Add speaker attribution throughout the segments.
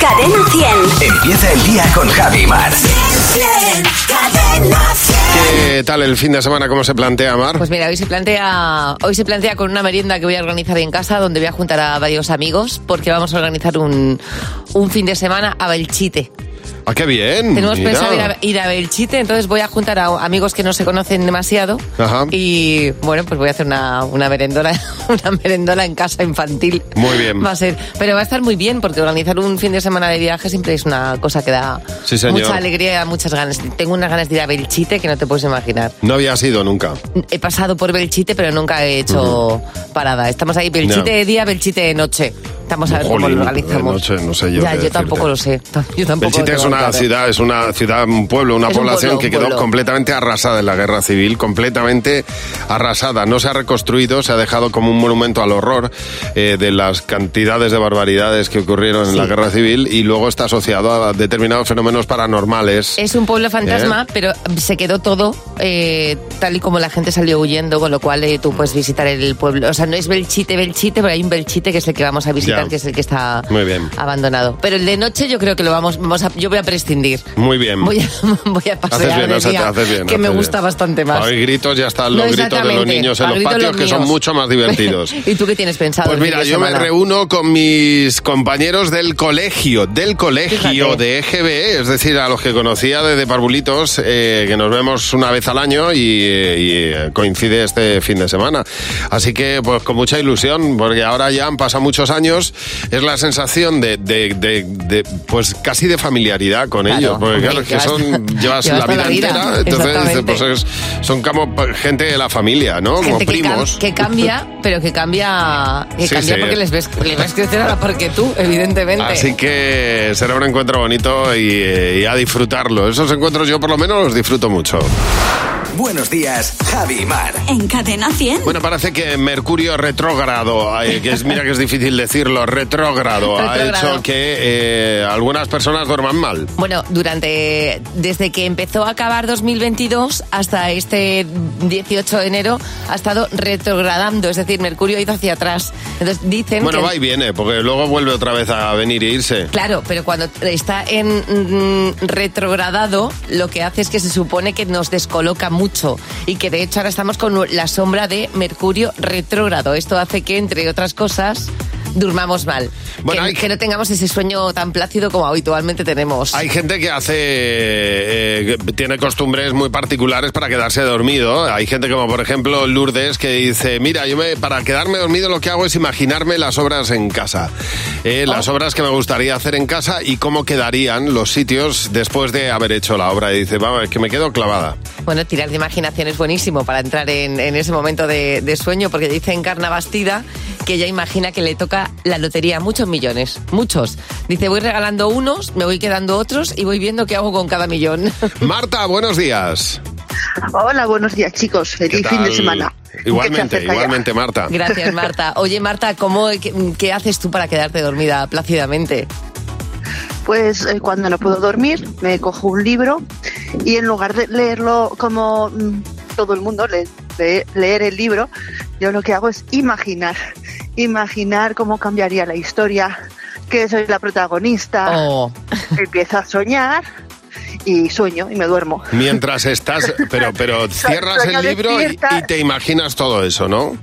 Speaker 1: Cadena 100.
Speaker 2: Empieza el día con Javi Mar.
Speaker 1: Cadena 100.
Speaker 3: ¿Qué tal el fin de semana? ¿Cómo se plantea, Mar?
Speaker 4: Pues mira, hoy se plantea, hoy se plantea con una merienda que voy a organizar en casa, donde voy a juntar a varios amigos, porque vamos a organizar un, un fin de semana a Belchite.
Speaker 3: ah, qué bien.
Speaker 4: Tenemos
Speaker 3: mira.
Speaker 4: pensado ir a, ir a Belchite, entonces voy a juntar a amigos que no se conocen demasiado.
Speaker 3: Ajá.
Speaker 4: Y bueno, pues voy a hacer una, una merendona, una merendona en casa infantil.
Speaker 3: Muy bien.
Speaker 4: Va a ser, pero va a estar muy bien, porque organizar un fin de semana de viaje siempre es una cosa que da
Speaker 3: Sí, señor.
Speaker 4: mucha alegría, muchas ganas. Tengo unas ganas de ir a Belchite que no te puedes imaginar.
Speaker 3: No había sido nunca.
Speaker 4: He pasado por Belchite, pero nunca he hecho
Speaker 3: Mm.
Speaker 4: parada. Estamos ahí, Belchite
Speaker 3: No.
Speaker 4: de día, Belchite de noche. Estamos a ver cómo
Speaker 3: Jolín,
Speaker 4: lo organizamos.
Speaker 3: de noche, no sé yo
Speaker 4: ya,
Speaker 3: qué
Speaker 4: yo tampoco lo sé. Yo tampoco
Speaker 3: Belchite
Speaker 4: lo
Speaker 3: es
Speaker 4: tengo
Speaker 3: una
Speaker 4: claro.
Speaker 3: ciudad, es una ciudad, un pueblo, una
Speaker 4: Es un
Speaker 3: población
Speaker 4: pueblo,
Speaker 3: que
Speaker 4: un
Speaker 3: quedó
Speaker 4: pueblo.
Speaker 3: completamente arrasada en la guerra civil, completamente arrasada. No se ha reconstruido, se ha dejado como un monumento al horror eh, de las cantidades de barbaridades que ocurrieron en la guerra civil y luego está asociado a determinados fenómenos paranormales.
Speaker 4: Es un pueblo fantasma,
Speaker 3: Eh.
Speaker 4: pero se quedó todo eh, tal y como la gente salió huyendo, con lo cual eh, tú puedes visitar el pueblo. O sea, no es Belchite, Belchite, pero hay un Belchite que es el que vamos a visitar,
Speaker 3: Ya.
Speaker 4: que es el que está
Speaker 3: Muy bien.
Speaker 4: abandonado. Pero el de noche yo creo que lo vamos, vamos a, yo voy a prescindir.
Speaker 3: Muy bien.
Speaker 4: Voy a, voy a pasear
Speaker 3: Haces bien,
Speaker 4: de
Speaker 3: haces,
Speaker 4: día,
Speaker 3: haces bien.
Speaker 4: que me
Speaker 3: haces
Speaker 4: gusta
Speaker 3: bien.
Speaker 4: bastante más.
Speaker 3: Hay gritos, ya están los
Speaker 4: No,
Speaker 3: gritos de los
Speaker 4: exactamente.
Speaker 3: niños en
Speaker 4: Al
Speaker 3: los
Speaker 4: grito de
Speaker 3: patios que son
Speaker 4: míos.
Speaker 3: mucho más divertidos.
Speaker 4: ¿Y tú qué tienes pensado?
Speaker 3: Pues
Speaker 4: el fin
Speaker 3: mira,
Speaker 4: de
Speaker 3: yo me
Speaker 4: semana?
Speaker 3: reúno con mis compañeros del colegio, del colegio
Speaker 4: Fíjate.
Speaker 3: de EGB, es decir, a los que conocía desde Parvulitos, eh, que nos vemos una vez al año y, eh, y, eh, coincide este fin de semana. Así que, pues con mucha ilusión, porque ahora ya han pasado muchos años, es la sensación de, de- de- de, pues casi de familiaridad con
Speaker 4: Claro,
Speaker 3: ellos, porque
Speaker 4: hombre,
Speaker 3: claro, es que
Speaker 4: llevas-
Speaker 3: son, llevas
Speaker 4: llevas toda
Speaker 3: la vida
Speaker 4: la vida,
Speaker 3: entera, entonces,
Speaker 4: exactamente.
Speaker 3: pues es- son como pues, gente de la familia, ¿no? Como
Speaker 4: Gente que, cam-
Speaker 3: primos.
Speaker 4: que cambia, pero que cambia, que
Speaker 3: Sí,
Speaker 4: cambia
Speaker 3: sí.
Speaker 4: porque les ves, les ves crecer ahora porque tú, evidentemente.
Speaker 3: Así que será un encuentro bonito y, eh, y a disfrutarlo. Esos encuentros yo por lo menos los disfruto mucho.
Speaker 2: Buenos días, Javi Mar.
Speaker 1: En Cadena 100.
Speaker 3: Bueno, parece que Mercurio retrógrado, eh, que es, mira que es difícil decirlo, retrógrado, ha
Speaker 4: Retrógrado.
Speaker 3: hecho que eh, algunas personas duerman mal.
Speaker 4: Bueno, durante desde que empezó a acabar 2022 hasta este 18 de enero ha estado retrogradando, es decir, Mercurio ha ido hacia atrás. Entonces dicen
Speaker 3: Bueno,
Speaker 4: que
Speaker 3: va y viene, porque luego vuelve otra vez a venir e irse.
Speaker 4: Claro, pero cuando está en mm, retrogradado, lo que hace es que se supone que nos descoloca mucho y que de hecho ahora estamos con la sombra de Mercurio retrógrado. Esto hace que, entre otras cosas, durmamos mal.
Speaker 3: Bueno,
Speaker 4: que,
Speaker 3: hay-
Speaker 4: que no tengamos ese sueño tan plácido como habitualmente tenemos.
Speaker 3: Hay gente que hace. eh, que tiene costumbres muy particulares para quedarse dormido. Hay gente como, por ejemplo, Lourdes, que dice: Mira, yo me, para quedarme dormido lo que hago es imaginarme las obras en casa. Eh, Las
Speaker 5: Oh.
Speaker 3: obras que me gustaría hacer en casa y cómo quedarían los sitios después de haber hecho la obra. Y dice: Vamos, es que me quedo clavada.
Speaker 4: Bueno, tirar de imaginación es buenísimo para entrar en, en ese momento de, de sueño, porque dice Encarna Bastida que ella imagina que le toca la lotería, muchos millones, muchos. Dice, voy regalando unos, me voy quedando otros y voy viendo qué hago con cada millón.
Speaker 3: Marta, buenos días.
Speaker 5: Hola, buenos días, chicos.
Speaker 3: ¿Qué
Speaker 5: Feliz fin
Speaker 3: tal?
Speaker 5: de semana. Que se
Speaker 3: Igualmente,
Speaker 5: acerca ya.
Speaker 3: igualmente, Marta.
Speaker 4: Gracias, Marta. Oye, Marta, ¿cómo, qué, qué haces tú para quedarte dormida plácidamente?
Speaker 5: Pues eh, cuando no puedo dormir, me cojo un libro y en lugar de leerlo como mm, todo el mundo lee, lee- leer el libro, yo lo que hago es imaginar, imaginar cómo cambiaría la historia, que soy la protagonista,
Speaker 4: Oh,
Speaker 5: empiezo a soñar y sueño y me duermo.
Speaker 3: Mientras estás, pero, pero cierras el
Speaker 5: Sueño
Speaker 3: libro y,
Speaker 5: despierta.
Speaker 3: y te imaginas todo eso, ¿no?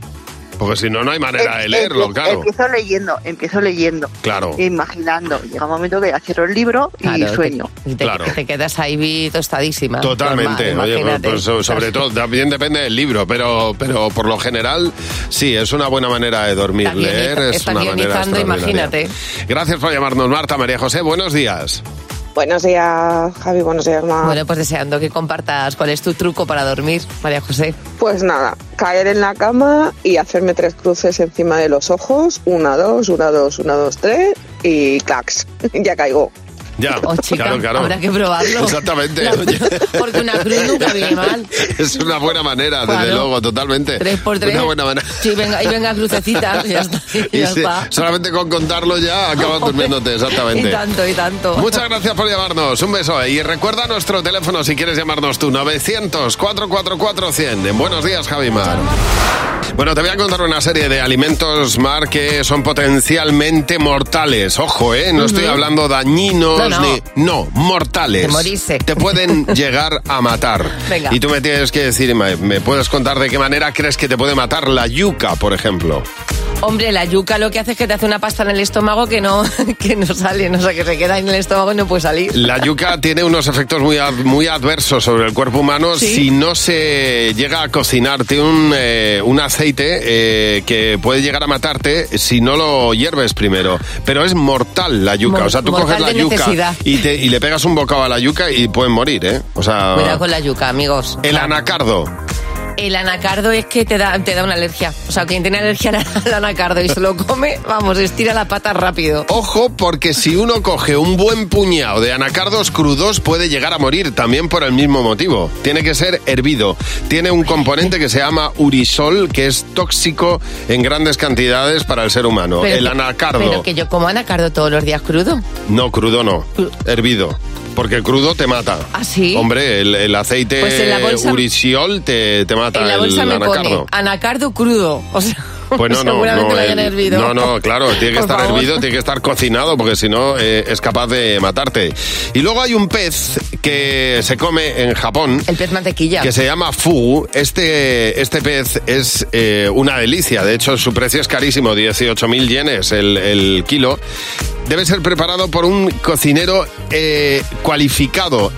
Speaker 3: Porque si no, no hay manera de
Speaker 5: Em-
Speaker 3: leerlo,
Speaker 5: empie-
Speaker 3: claro.
Speaker 5: Empiezo leyendo, empiezo leyendo,
Speaker 3: Claro.
Speaker 5: imaginando. Llega un momento que ya cierro el libro y
Speaker 4: claro, te-
Speaker 5: sueño.
Speaker 4: y te,
Speaker 3: Claro.
Speaker 4: te quedas ahí vi- tostadísima.
Speaker 3: Totalmente.
Speaker 4: Normal,
Speaker 3: Oye,
Speaker 4: imagínate.
Speaker 3: pues, so- sobre todo, también depende del libro, pero, pero por lo general, sí, es una buena manera de dormir.
Speaker 4: Estás
Speaker 3: Leer
Speaker 4: guioniz-
Speaker 3: es
Speaker 4: estás
Speaker 3: una manera
Speaker 4: guionizando,
Speaker 3: extraordinaria.
Speaker 4: imagínate.
Speaker 3: Gracias por llamarnos, Marta, María José. Buenos días.
Speaker 6: Buenos días, Javi, buenos días, Mar.
Speaker 4: Bueno, pues deseando que compartas cuál es tu truco para dormir, María José.
Speaker 6: Pues nada, caer en la cama y hacerme tres cruces encima de los ojos. Una, dos, una, dos, una, dos, tres y clax, ya caigo.
Speaker 3: Ya,
Speaker 4: Oh, chica,
Speaker 3: claro, claro.
Speaker 4: habrá que probarlo.
Speaker 3: Exactamente.
Speaker 4: La-
Speaker 3: oye.
Speaker 4: porque una cruz nunca viene mal.
Speaker 3: Es una buena manera, desde
Speaker 4: Claro.
Speaker 3: luego, totalmente.
Speaker 4: Tres por tres.
Speaker 3: Una buena manera.
Speaker 4: Sí, venga, y venga crucecita, ya está.
Speaker 3: Y
Speaker 4: ya
Speaker 3: sí,
Speaker 4: está.
Speaker 3: solamente con contarlo ya acabas durmiéndote,
Speaker 4: Y
Speaker 3: exactamente.
Speaker 4: tanto, y tanto.
Speaker 3: Muchas gracias por llamarnos, un beso. eh, Y recuerda nuestro teléfono si quieres llamarnos tú, 900-444-100. En Buenos días, Javi Mar. Bueno, te voy a contar una serie de alimentos, Mar, que son potencialmente mortales. Ojo, ¿eh? No estoy hablando dañinos
Speaker 4: No, no.
Speaker 3: ni... No, mortales.
Speaker 4: Te moriste.
Speaker 3: Te pueden llegar a matar.
Speaker 4: Venga.
Speaker 3: Y tú me tienes que decir, ¿me me puedes contar de qué manera crees que te puede matar la yuca, por ejemplo?
Speaker 4: Hombre, la yuca lo que hace es que te hace una pasta en el estómago que no, que no sale, no sé, que se queda en el estómago y no puede salir.
Speaker 3: La yuca tiene unos efectos muy, ad- muy adversos sobre el cuerpo humano
Speaker 4: Sí.
Speaker 3: si no se llega a cocinar. Tiene un, eh, un aceite eh, que puede llegar a matarte si no lo hierves primero. Pero es mortal la yuca.
Speaker 4: Mor-
Speaker 3: o sea, tú
Speaker 4: mortal
Speaker 3: coges la
Speaker 4: de
Speaker 3: yuca
Speaker 4: necesidad.
Speaker 3: y, te- y le pegas un bocado a la yuca y pueden morir, ¿eh? O sea,
Speaker 4: Cuidado con la yuca, amigos.
Speaker 3: el anacardo.
Speaker 4: El anacardo es que te da, te da una alergia. O sea, quien tiene alergia al anacardo y se lo come, vamos, estira la pata rápido.
Speaker 3: Ojo, porque si uno coge un buen puñado de anacardos crudos puede llegar a morir también por el mismo motivo. Tiene que ser hervido. Tiene un componente que se llama urisol, que es tóxico en grandes cantidades para el ser humano.
Speaker 4: Pero
Speaker 3: el
Speaker 4: que-
Speaker 3: anacardo.
Speaker 4: Pero que yo como anacardo todos los días crudo.
Speaker 3: No, crudo no.
Speaker 4: Cru-
Speaker 3: Hervido. Porque crudo te mata.
Speaker 4: ¿Ah, sí?
Speaker 3: Hombre, el, el aceite
Speaker 4: Pues en la bolsa-
Speaker 3: urisol te, te mata
Speaker 4: en la bolsa
Speaker 3: el
Speaker 4: me
Speaker 3: anacardo.
Speaker 4: pone anacardo crudo. O sea,
Speaker 3: Pues no, no,
Speaker 4: seguramente
Speaker 3: no,
Speaker 4: lo hayan
Speaker 3: el-
Speaker 4: hervido.
Speaker 3: no, no, claro, tiene
Speaker 4: Por
Speaker 3: que estar
Speaker 4: favor.
Speaker 3: hervido, tiene que estar cocinado, porque si no eh, es capaz de matarte. Y luego hay un pez que se come en Japón.
Speaker 4: El pez mantequilla.
Speaker 3: Que se llama fugu. Este, este pez es eh, una delicia. De hecho, su precio es carísimo, 18.000 yenes el, el kilo. Debe ser preparado por un cocinero eh, cualificado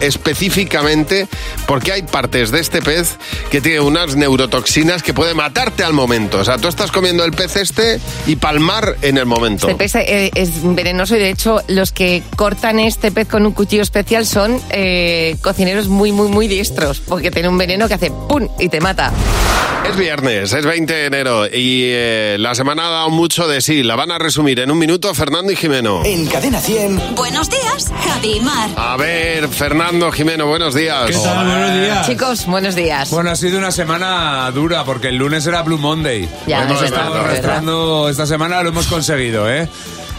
Speaker 3: específicamente porque hay partes de este pez que tiene unas neurotoxinas que puede matarte al momento. O sea, tú estás comiendo el pez este y palmar en el momento.
Speaker 4: Este pez eh, es venenoso y de hecho los que cortan este pez con un cuchillo especial son eh, cocineros muy, muy, muy diestros porque tiene un veneno que hace ¡pum! y te mata.
Speaker 3: Es viernes, es 20 de enero y eh, la semana ha dado mucho de sí. La van a resumir en un minuto Fernando y Jimeno.
Speaker 2: En Cadena 100.
Speaker 1: Buenos días, Javi y Mar.
Speaker 3: A ver, Fernando Jimeno, buenos días.
Speaker 7: ¿Qué tal? Buenos días.
Speaker 4: Chicos, buenos días.
Speaker 7: Bueno, ha sido una semana dura porque el lunes era Blue Monday.
Speaker 4: Ya,
Speaker 7: hemos
Speaker 4: eso es
Speaker 7: estado
Speaker 4: verdad,
Speaker 7: arrastrando esta semana, lo hemos conseguido, ¿eh?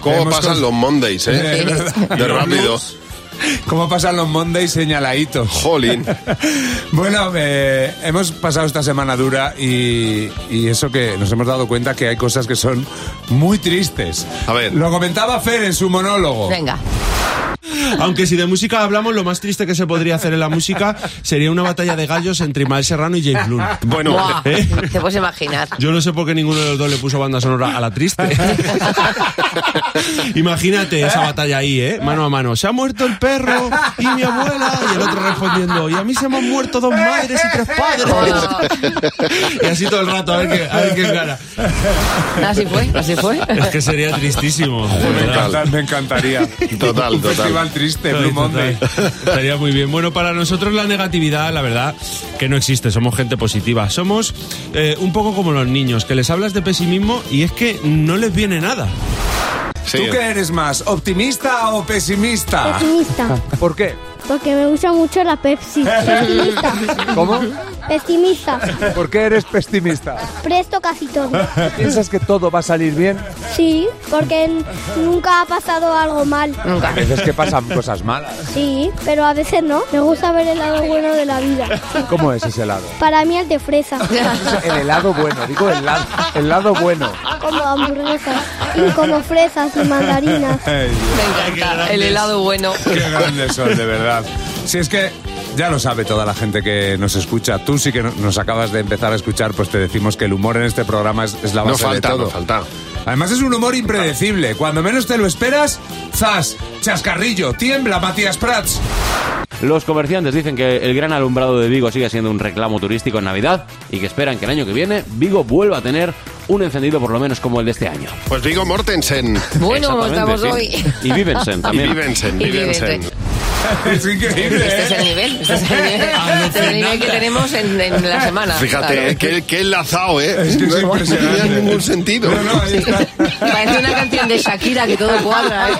Speaker 3: ¿Cómo
Speaker 7: Hemos
Speaker 3: pasan
Speaker 7: cons-
Speaker 3: los Mondays, eh?
Speaker 7: Eh, ¿verdad?
Speaker 3: De rápido.
Speaker 7: ¿Cómo pasan los Mondays señaladito?
Speaker 3: Jolín.
Speaker 7: Bueno, eh, hemos pasado esta semana dura y, y eso que nos hemos dado cuenta que hay cosas que son muy tristes.
Speaker 3: A ver.
Speaker 7: Lo comentaba Fer en su monólogo.
Speaker 4: Venga.
Speaker 8: Aunque si de música hablamos, lo más triste que se podría hacer en la música sería una batalla de gallos entre Ismael Serrano y James Blunt.
Speaker 3: Bueno,
Speaker 4: Buah, te puedes imaginar.
Speaker 8: Yo no sé por qué ninguno de los dos le puso banda sonora a la triste. Imagínate esa batalla ahí, ¿eh? Mano a mano. Se ha muerto el perro y mi abuela. Y el otro respondiendo. Y a mí se me han muerto dos madres y tres
Speaker 4: Oh,
Speaker 8: padres. Y así todo el rato, a ver qué, a ver qué gana.
Speaker 4: así fue, así fue.
Speaker 8: Es que sería tristísimo.
Speaker 7: Me,
Speaker 8: ¿verdad?
Speaker 7: encanta- me encantaría.
Speaker 3: Total,
Speaker 7: Un
Speaker 3: total.
Speaker 7: festival triste, Blue
Speaker 8: Ay, total.
Speaker 7: Monday.
Speaker 8: Estaría muy bien. Bueno, para nosotros la negatividad, la verdad, que no existe. Somos gente positiva. Somos eh, un poco como los niños, que les hablas de pesimismo y es que no les viene nada.
Speaker 3: sí.
Speaker 7: ¿Tú qué eres más, optimista o pesimista?
Speaker 9: Pesimista,
Speaker 7: ¿Por qué?
Speaker 9: porque me gusta mucho la Pepsi. Pesimista.
Speaker 7: ¿Cómo?
Speaker 9: Pesimista.
Speaker 7: ¿Por qué eres pesimista?
Speaker 9: Presto casi todo.
Speaker 7: ¿Piensas que todo va a salir bien?
Speaker 9: Sí, porque n- nunca ha pasado algo mal.
Speaker 7: A
Speaker 4: Nunca.
Speaker 7: veces que pasan cosas malas.
Speaker 9: Sí, pero a veces no. Me gusta ver el lado bueno de la vida.
Speaker 7: ¿Cómo es ese lado?
Speaker 9: Para mí el de fresa,
Speaker 7: El helado bueno, digo el lado, el lado bueno.
Speaker 9: como hamburguesas y como fresas y mandarinas.
Speaker 4: Me
Speaker 8: qué
Speaker 4: encanta.
Speaker 8: grandes.
Speaker 4: El helado bueno.
Speaker 7: Qué grandes son, de verdad. Si es que ya lo sabe toda la gente que nos escucha. Tú sí que no- nos acabas de empezar a escuchar, pues te decimos que el humor en este programa es, es la
Speaker 3: No
Speaker 7: base de
Speaker 3: falta,
Speaker 7: todo.
Speaker 3: no falta.
Speaker 7: Además es un humor impredecible. Cuando menos te lo esperas, ¡zas! ¡Chascarrillo! ¡Tiembla, Matías Prats!
Speaker 10: Los comerciantes dicen que el gran alumbrado de Vigo sigue siendo un reclamo turístico en Navidad y que esperan que el año que viene Vigo vuelva a tener un encendido por lo menos como el de este año.
Speaker 3: Pues Vigo Mortensen.
Speaker 4: Bueno,
Speaker 10: Exactamente,
Speaker 4: estamos
Speaker 10: sí.
Speaker 4: hoy.
Speaker 10: Y Vivensen
Speaker 3: Y
Speaker 10: también.
Speaker 3: Vivensen,
Speaker 4: Y
Speaker 3: Vivensen.
Speaker 4: Vivensen.
Speaker 7: es increíble. ¿eh?
Speaker 4: Este es el nivel, este es el nivel, este es el nivel que tenemos en, en la semana.
Speaker 3: Fíjate,
Speaker 4: claro.
Speaker 3: eh, qué, qué enlazado, ¿eh?
Speaker 7: Es que es
Speaker 3: no tenía
Speaker 7: impresionante.
Speaker 3: ningún sentido.
Speaker 4: Parece una canción de Shakira que todo cuadra. ¿eh?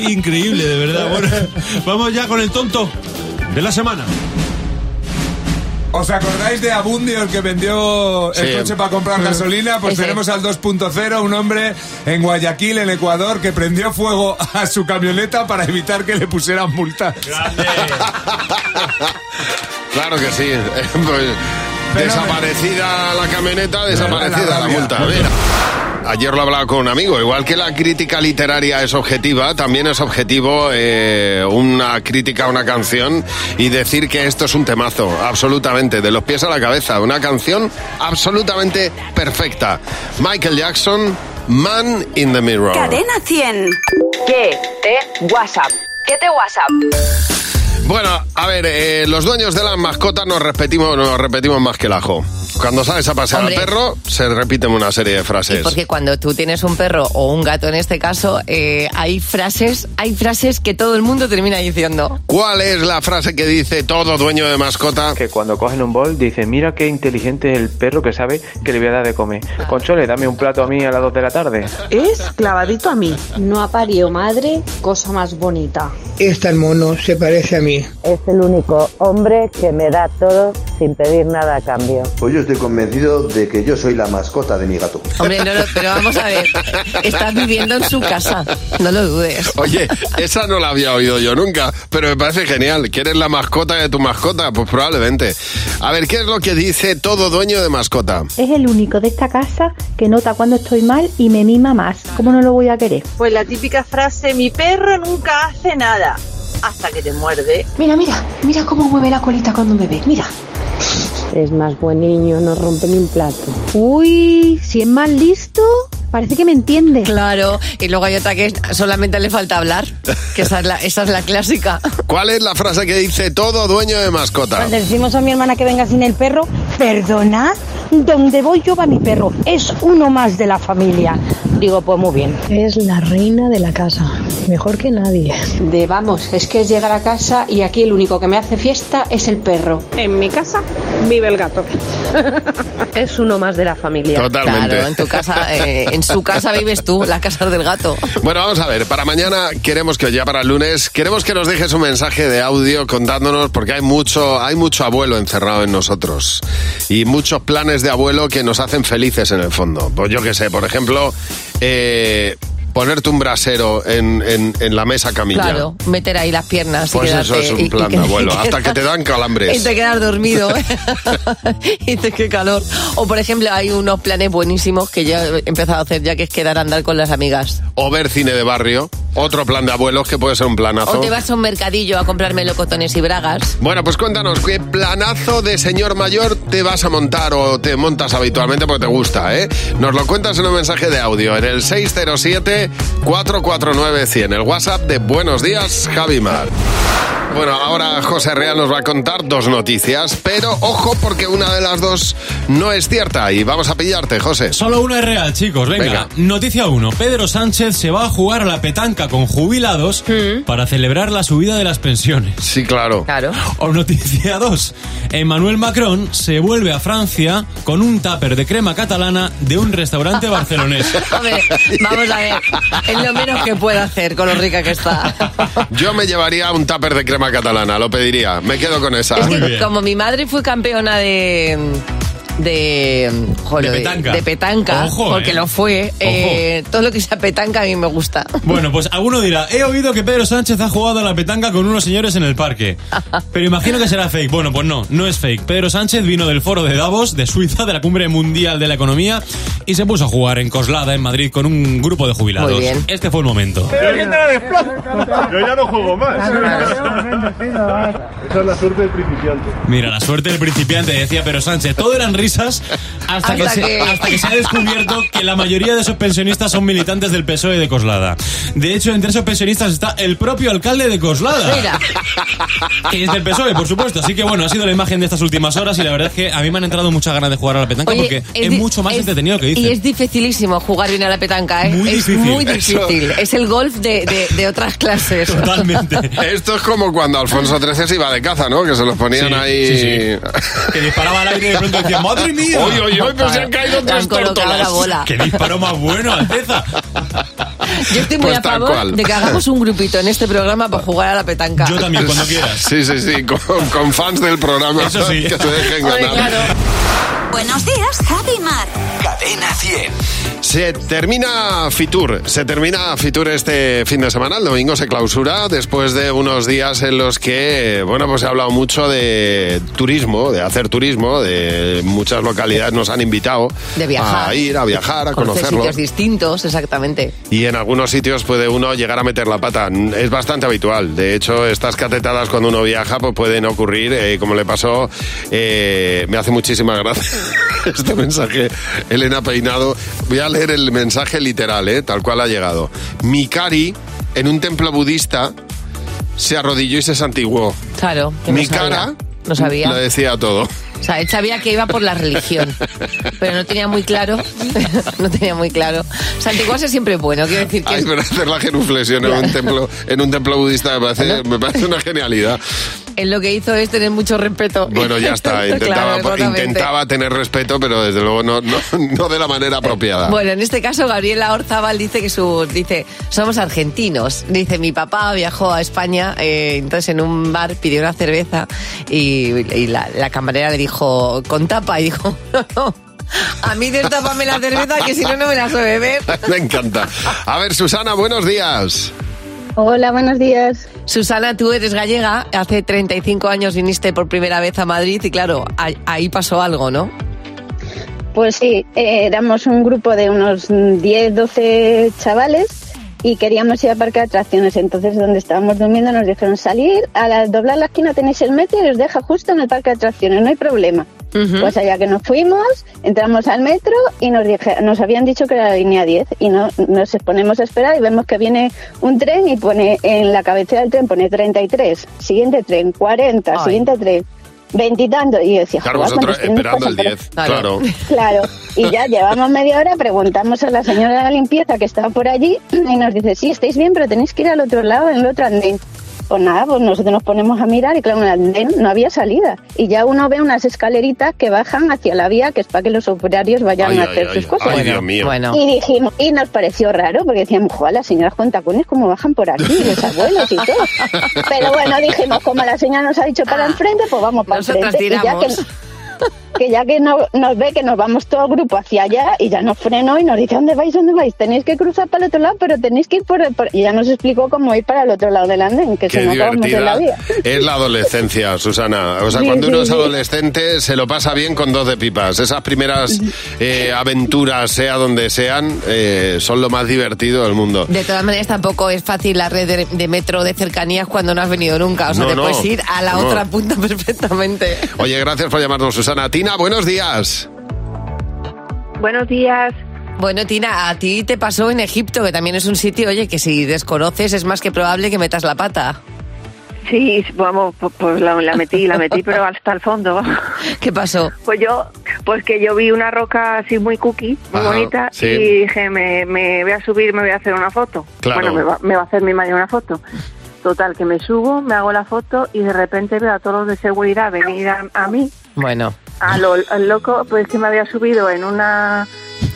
Speaker 8: Es increíble, de verdad. Bueno, vamos ya con el tonto de la semana.
Speaker 7: ¿Os acordáis de Abundio, el que vendió el
Speaker 8: Sí.
Speaker 7: coche para comprar gasolina? Pues
Speaker 8: Ese.
Speaker 7: tenemos al 2.0, un hombre en Guayaquil, en Ecuador, que prendió fuego a su camioneta para evitar que le pusieran multas.
Speaker 3: Claro que sí. Pues, desaparecida la camioneta, desaparecida la multa. Mira. Ayer lo hablaba con un amigo, igual que la crítica literaria es objetiva, también es objetivo eh, una crítica a una canción y decir que esto es un temazo, absolutamente, de los pies a la cabeza, una canción absolutamente perfecta. Michael Jackson, Man in the Mirror.
Speaker 1: Cadena 100. ¿Qué te WhatsApp? ¿Qué te WhatsApp?
Speaker 3: Bueno, a ver, eh, los dueños de las mascotas nos repetimos, nos repetimos más que el ajo. Cuando sales a pasear
Speaker 4: Hombre.
Speaker 3: al perro, se repiten una serie de frases.
Speaker 4: Porque cuando tú tienes un perro o un gato en este caso, eh, hay frases, hay frases que todo el mundo termina diciendo.
Speaker 3: ¿Cuál es la frase que dice todo dueño de mascota?
Speaker 11: Que cuando cogen un bol dicen, mira qué inteligente es el perro que sabe que le voy a dar de comer. Conchole, dame un plato a mí a las 2 de la tarde.
Speaker 12: Es clavadito a mí. No ha parido madre, cosa más bonita.
Speaker 13: Este mono se parece a mí. Es el único hombre que me da todo sin pedir nada a cambio.
Speaker 14: Pues yo estoy convencido de que yo soy la mascota de mi gato.
Speaker 4: Hombre, no, no, pero vamos a ver, estás viviendo en su casa, no lo dudes.
Speaker 3: Oye, esa no la había oído yo nunca, pero me parece genial. ¿Quieres la mascota de tu mascota? Pues probablemente. A ver, ¿qué es lo que dice todo dueño de mascota?
Speaker 15: Es el único de esta casa que nota cuando estoy mal y me mima más. ¿Cómo no lo voy a querer?
Speaker 16: Pues la típica frase, mi perro nunca hace nada hasta que te muerde.
Speaker 12: Mira, mira, mira cómo mueve la colita cuando me ve. Mira. Es más buen niño, no rompe ni un plato.
Speaker 15: Uy, si es más listo, parece que me entiende.
Speaker 4: Claro, y luego hay otra que es, solamente le falta hablar, que esa es la, esa es la clásica.
Speaker 3: ¿Cuál es la frase que dice todo dueño de mascota?
Speaker 12: Cuando decimos a mi hermana que venga sin el perro, perdona, donde voy yo va mi perro, es uno más de la familia. Digo, pues muy bien. Es la reina de la casa, mejor que nadie. De vamos, es que es llegar a casa y aquí el único que me hace fiesta es el perro. En mi casa vive el gato. es uno más de la familia.
Speaker 3: Totalmente.
Speaker 4: Claro, en tu casa, eh, en su casa vives tú, la casa del gato.
Speaker 3: Bueno, vamos a ver, para mañana queremos que ya para el lunes, queremos que nos dejes un mensaje de audio contándonos porque hay mucho, hay mucho abuelo encerrado en nosotros y muchos planes de abuelo que nos hacen felices en el fondo. Pues yo qué sé, por ejemplo, eh, ponerte un brasero en, en- en la mesa camilla.
Speaker 4: Claro, meter ahí las piernas y
Speaker 3: Pues eso
Speaker 4: quedarte-
Speaker 3: es
Speaker 4: y-
Speaker 3: un
Speaker 4: y
Speaker 3: plan
Speaker 4: que-
Speaker 3: de abuelo,
Speaker 4: y
Speaker 3: hasta que te dan calambres.
Speaker 4: Y te quedas dormido. ¿eh? y te qué calor. O por ejemplo, hay unos planes buenísimos que yo he empezado a hacer ya, que es quedar a andar con las amigas.
Speaker 3: O ver cine de barrio, otro plan de abuelos que puede ser un planazo.
Speaker 4: O te vas a un mercadillo a comprar melocotones y bragas.
Speaker 3: Bueno, pues cuéntanos, ¿qué planazo de señor mayor te vas a montar o te montas habitualmente porque te gusta, eh? Nos lo cuentas en un mensaje de audio en el 607-449-100, el WhatsApp de Buenos Días, Javimar. Bueno, ahora José Real nos va a contar dos noticias, pero ojo porque una de las dos no es cierta y vamos a pillarte, José.
Speaker 17: Solo una es real, chicos. Pues Venga.
Speaker 3: Venga.
Speaker 17: Noticia 1. Pedro Sánchez se va a jugar a la petanca con jubilados para celebrar la subida de las pensiones.
Speaker 3: Sí, claro.
Speaker 4: Mm. Claro.
Speaker 17: O noticia 2. Emmanuel Macron se vuelve a Francia con un tupper de crema catalana de un restaurante barcelonés.
Speaker 4: Hombre, vamos a ver. Es lo menos que puedo hacer con lo rica que está.
Speaker 3: Yo me llevaría un tupper de crema catalana, lo pediría. Me quedo con esa.
Speaker 4: Es que como mi madre fue campeona de. De, jo,
Speaker 3: De
Speaker 4: lo
Speaker 3: petanca.
Speaker 4: de petanca,
Speaker 17: Ojo,
Speaker 4: porque
Speaker 17: eh.
Speaker 4: lo fue. eh, todo lo que sea petanca a mí me gusta.
Speaker 17: Bueno, pues alguno dirá, he oído que Pedro Sánchez ha jugado a la petanca con unos señores en el parque. Pero imagino que será fake. Bueno, pues no, no es fake. Pedro Sánchez vino del foro de Davos, de Suiza, de la cumbre mundial de la economía, y se puso a jugar en Coslada, en Madrid, con un grupo de jubilados.
Speaker 18: Muy bien.
Speaker 17: Este fue el momento.
Speaker 18: Yo ya no juego más. Esa es la suerte del principiante.
Speaker 17: Mira, la suerte del principiante, decía Pedro Sánchez. Todo eran risas hasta,
Speaker 18: Hasta
Speaker 17: que, se,
Speaker 18: que-
Speaker 17: hasta que se ha descubierto que la mayoría de esos pensionistas son militantes del PSOE E de Coslada. De hecho, entre esos pensionistas está el propio alcalde de Coslada.
Speaker 18: Mira.
Speaker 17: Que es del PSOE, E, por supuesto. Así que bueno, ha sido la imagen de estas últimas horas y la verdad es que a mí me han entrado muchas ganas de jugar a la petanca
Speaker 4: Oye,
Speaker 17: porque es,
Speaker 4: di-
Speaker 17: mucho más
Speaker 4: es-
Speaker 17: entretenido que
Speaker 4: Y
Speaker 17: dice.
Speaker 4: es dificilísimo jugar bien a la petanca, ¿eh?
Speaker 17: Muy
Speaker 4: es
Speaker 17: difícil.
Speaker 4: muy difícil.
Speaker 3: Eso.
Speaker 4: Es el golf de, de- de otras clases.
Speaker 3: Esto es como cuando Alfonso XIII se iba de caza, ¿no? Que se los ponían
Speaker 17: Sí,
Speaker 3: ahí.
Speaker 17: sí, Que disparaba al aire y de pronto decía, ¡madre mía!
Speaker 3: Oye, oye, oye, pero se han caído
Speaker 4: Le han
Speaker 3: tres
Speaker 4: colocado
Speaker 3: tórtolas.
Speaker 4: la bola.
Speaker 17: ¡Qué disparo más bueno, Alteza!
Speaker 4: Yo estoy muy
Speaker 3: Pues
Speaker 4: a
Speaker 3: tal
Speaker 4: favor
Speaker 3: cual.
Speaker 4: de que hagamos un grupito en este programa para jugar a la petanca.
Speaker 3: Sí, sí, sí, con, con fans del programa.
Speaker 18: Eso sí.
Speaker 3: Que se dejen
Speaker 18: Hombre,
Speaker 3: ganar.
Speaker 19: Buenos días, Javi Mar.
Speaker 2: Cadena 100.
Speaker 3: Se termina Fitur, se termina Fitur este fin de semana, el domingo se clausura, después de unos días en los que, bueno, pues se ha hablado mucho de turismo, de hacer turismo, de muchas localidades nos han invitado
Speaker 4: De viajar.
Speaker 3: a ir, a viajar, a
Speaker 4: Conocer
Speaker 3: conocerlo.
Speaker 4: sitios distintos, exactamente.
Speaker 3: Y en algunos sitios puede uno llegar a meter la pata. Es bastante habitual. De hecho, estas catetadas cuando uno viaja pues pueden ocurrir, eh, como le pasó, eh, me hace muchísima gracia este mensaje. Elena Peinado, voy a leer el mensaje literal, eh, tal cual ha llegado. Mikari, en un templo budista, se arrodilló y se santiguó.
Speaker 4: Claro. que
Speaker 3: Mi
Speaker 4: no sabía.
Speaker 3: cara
Speaker 4: No sabía.
Speaker 3: lo decía todo.
Speaker 4: O sea, él sabía que iba por la religión, pero no tenía muy claro. no tenía muy claro. Santiguarse siempre es bueno, quiero decir que.
Speaker 3: Ay,
Speaker 4: es-
Speaker 3: pero hacer la genuflexión en un templo, en un templo budista me parece, me parece una genialidad.
Speaker 4: Él lo que hizo es tener mucho respeto.
Speaker 3: Bueno, ya está.
Speaker 4: Claro,
Speaker 3: Intentaba,
Speaker 4: exactamente.
Speaker 3: intentaba tener respeto, pero desde luego no, no, no de la manera apropiada.
Speaker 4: Eh, Bueno, en este caso Gabriela Orzabal dice que su dice somos argentinos. Dice mi papá viajó a España, eh, entonces en un bar pidió una cerveza y, y la, la camarera le dijo con tapa y dijo no, no, a mí destápame la cerveza que si no no me la soy beber.
Speaker 3: Me encanta. A ver, Susana, buenos días.
Speaker 4: Hola, buenos días. Susana, tú eres gallega, hace 35 años viniste por primera vez a Madrid y claro, a- ahí pasó algo, ¿no?
Speaker 20: Pues sí, eh, éramos un grupo de unos 10, 12 chavales y queríamos ir a parque de atracciones. Entonces, donde estábamos durmiendo, nos dijeron salir, a la, doblar la esquina tenéis el metro y os deja justo en el parque de atracciones, no hay problema.
Speaker 21: Ujú.
Speaker 20: Pues allá que nos fuimos, entramos al metro y nos, dije- nos habían dicho que era la línea 10 y no, nos ponemos a esperar y vemos que viene un tren y pone en la cabecera del tren pone 33, siguiente tren, 40,
Speaker 22: Ay.
Speaker 20: siguiente tren, veintitantos. Y, yo decía,
Speaker 3: Claro,
Speaker 20: "Joder, pues
Speaker 3: vosotros
Speaker 20: ¿cuántos trenes
Speaker 3: esperando el
Speaker 20: pasan por
Speaker 3: 10. Claro.
Speaker 20: Claro, y ya llevamos media hora, preguntamos a la señora de la limpieza que estaba por allí y nos dice, sí, estáis bien, pero tenéis que ir al otro lado, en el otro andén. Pues nada, pues nosotros nos ponemos a mirar y claro, en el andén no había salida. Y ya uno ve unas escaleritas que bajan hacia la vía, que es para que los operarios vayan
Speaker 3: Ay,
Speaker 20: a
Speaker 3: ay,
Speaker 20: hacer
Speaker 3: ay,
Speaker 20: sus
Speaker 3: ay,
Speaker 20: cosas.
Speaker 3: Dios mío. Bueno.
Speaker 20: Y dijimos, y nos pareció raro, porque decíamos, joder, las señoras con tacones, ¿cómo bajan por aquí? Los abuelos y todo. Pero bueno, dijimos, como la señora nos ha dicho para enfrente, pues vamos para
Speaker 4: Ah, Nosotras
Speaker 20: enfrente. Y ya que-
Speaker 4: tiramos.
Speaker 20: que ya que no, nos ve que nos vamos todo el grupo hacia allá y ya nos frenó y nos dice ¿dónde vais? ¿dónde vais? Tenéis que cruzar para el otro lado pero tenéis que ir por, el- por-". y ya nos explicó cómo ir para el otro lado del andén que
Speaker 3: Qué
Speaker 20: se nos acabamos de
Speaker 3: divertida
Speaker 20: la vida
Speaker 3: es la adolescencia, Susana. O sea,
Speaker 20: Sí,
Speaker 3: cuando
Speaker 20: sí,
Speaker 3: uno es
Speaker 20: sí.
Speaker 3: adolescente se lo pasa bien con dos de pipas. Esas primeras eh, aventuras, sea donde sean, eh, son lo más divertido del mundo.
Speaker 4: De todas maneras, tampoco es fácil la red de, de metro de cercanías cuando no has venido nunca. O sea,
Speaker 3: No,
Speaker 4: te
Speaker 3: no.
Speaker 4: puedes ir a la
Speaker 3: No.
Speaker 4: otra punta perfectamente.
Speaker 3: Oye, gracias por llamarnos, Susana. Tina, buenos días.
Speaker 4: Buenos días. Bueno, Tina, a ti te pasó en Egipto, que también es un sitio, oye, que si desconoces es más que probable que metas la pata.
Speaker 22: Sí, vamos, pu- pues la, la metí, la metí, pero hasta el fondo.
Speaker 4: ¿Qué pasó?
Speaker 22: Pues yo, pues que yo vi una roca así muy cookie, muy
Speaker 3: Ajá,
Speaker 22: bonita,
Speaker 3: sí.
Speaker 22: y dije, me, me voy a subir, me voy a hacer una foto.
Speaker 3: Claro.
Speaker 22: Bueno, me va, me va a hacer mi madre una foto. Total, que me subo, me hago la foto y de repente veo a todos los de seguridad venir a, a mí,
Speaker 4: Bueno.
Speaker 22: a lo, al loco, pues que me había subido en una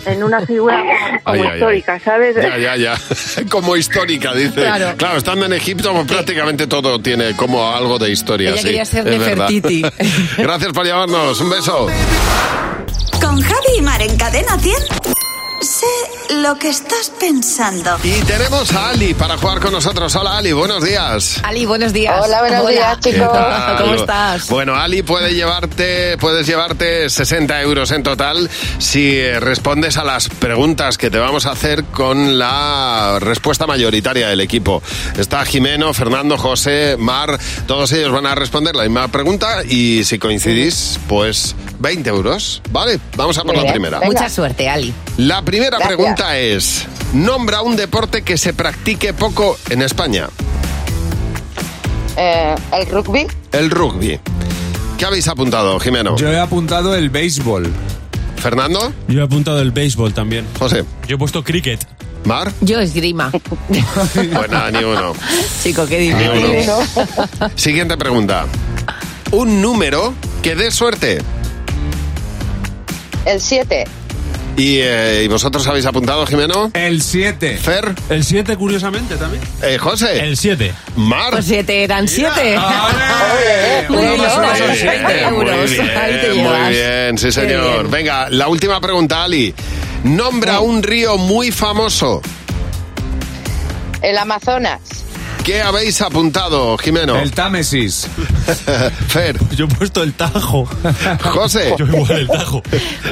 Speaker 22: en una figura como
Speaker 3: Ay, ay, ay.
Speaker 22: histórica, ¿sabes?
Speaker 3: Ya, ya, ya. Como histórica, dice.
Speaker 22: Pues, Claro.
Speaker 3: Claro, estando en Egipto, pues, prácticamente todo tiene como algo de historia.
Speaker 22: Ella
Speaker 3: sí,
Speaker 22: quería ser
Speaker 3: es verdad.
Speaker 22: Nefertiti.
Speaker 3: Gracias por llamarnos. Un beso.
Speaker 19: Con Javi y Mar en Cadena 100. Sé lo que estás pensando.
Speaker 3: Y tenemos a Ali para jugar con nosotros. Hola Ali, buenos días.
Speaker 4: Ali, buenos días.
Speaker 5: Hola, buenos días,
Speaker 3: ¿Qué tal?
Speaker 4: ¿Cómo estás?
Speaker 3: Bueno, Ali puede llevarte, puedes llevarte 60 euros en total si eh, respondes a las preguntas que te vamos a hacer con la respuesta mayoritaria del equipo. Está Jimeno, Fernando, José, Mar, todos ellos van a responder la misma pregunta y si coincidís, pues 20 euros. Vale, vamos a por la primera.
Speaker 4: Mucha suerte, Ali.
Speaker 3: La primera
Speaker 4: Gracias.
Speaker 3: pregunta es, nombra un deporte que se practique poco en España.
Speaker 5: Eh, el rugby.
Speaker 3: El rugby. ¿Qué habéis apuntado, Jimeno?
Speaker 7: Yo he apuntado el béisbol.
Speaker 3: ¿Fernando?
Speaker 8: Yo he apuntado el béisbol también.
Speaker 3: José.
Speaker 8: Yo he puesto cricket.
Speaker 3: ¿Mar?
Speaker 4: Yo esgrima.
Speaker 3: Pues nada, ni uno.
Speaker 4: Chico, qué difícil.
Speaker 3: Ni Siguiente pregunta. Un número que dé suerte.
Speaker 5: El 7.
Speaker 3: ¿Y, eh, ¿y vosotros habéis apuntado, Jimeno?
Speaker 7: El 7.
Speaker 3: ¿Fer?
Speaker 8: El 7, curiosamente, también.
Speaker 3: Eh, ¿José?
Speaker 8: El 7.
Speaker 3: ¿Mar?
Speaker 4: Pues siete eran siete.
Speaker 3: Muy
Speaker 4: Muy bien,
Speaker 3: bien,
Speaker 4: son 20 euros. Ahí te llevas.
Speaker 3: Muy bien, sí señor. Venga, la última pregunta, Ali.
Speaker 4: Oh.
Speaker 3: Nombra un río muy famoso.
Speaker 5: El Amazonas.
Speaker 3: ¿Qué habéis apuntado, Jimeno?
Speaker 7: El Támesis.
Speaker 3: Fer.
Speaker 8: Yo he puesto el Tajo.
Speaker 3: José.
Speaker 8: Yo igual el Tajo.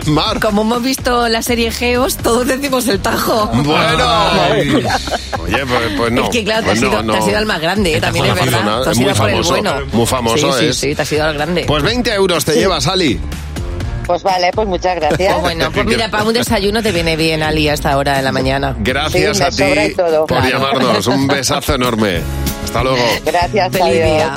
Speaker 3: Mar.
Speaker 4: Como hemos visto la serie Geos, todos decimos el tajo.
Speaker 3: Bueno. Oye, pues, pues no.
Speaker 4: Es que claro, te,
Speaker 3: Pues
Speaker 4: has
Speaker 3: no,
Speaker 4: ido,
Speaker 3: no.
Speaker 4: te has ido al más grande, eh, también es
Speaker 3: Tajo no ha sido
Speaker 4: verdad.
Speaker 3: nada.
Speaker 4: Te has
Speaker 3: Muy
Speaker 4: ido por el
Speaker 3: famoso,
Speaker 4: bueno.
Speaker 3: muy famoso
Speaker 4: sí,
Speaker 3: es.
Speaker 4: Sí, sí, te has ido al grande.
Speaker 3: Pues 20 euros te llevas, Ali.
Speaker 5: Pues vale, pues muchas gracias.
Speaker 4: Pues bueno, pues mira, para un desayuno te viene bien, Ali, a esta hora de la mañana.
Speaker 3: Gracias a ti por llamarnos. Un besazo enorme. Hasta luego.
Speaker 5: Gracias,
Speaker 4: Feliz día.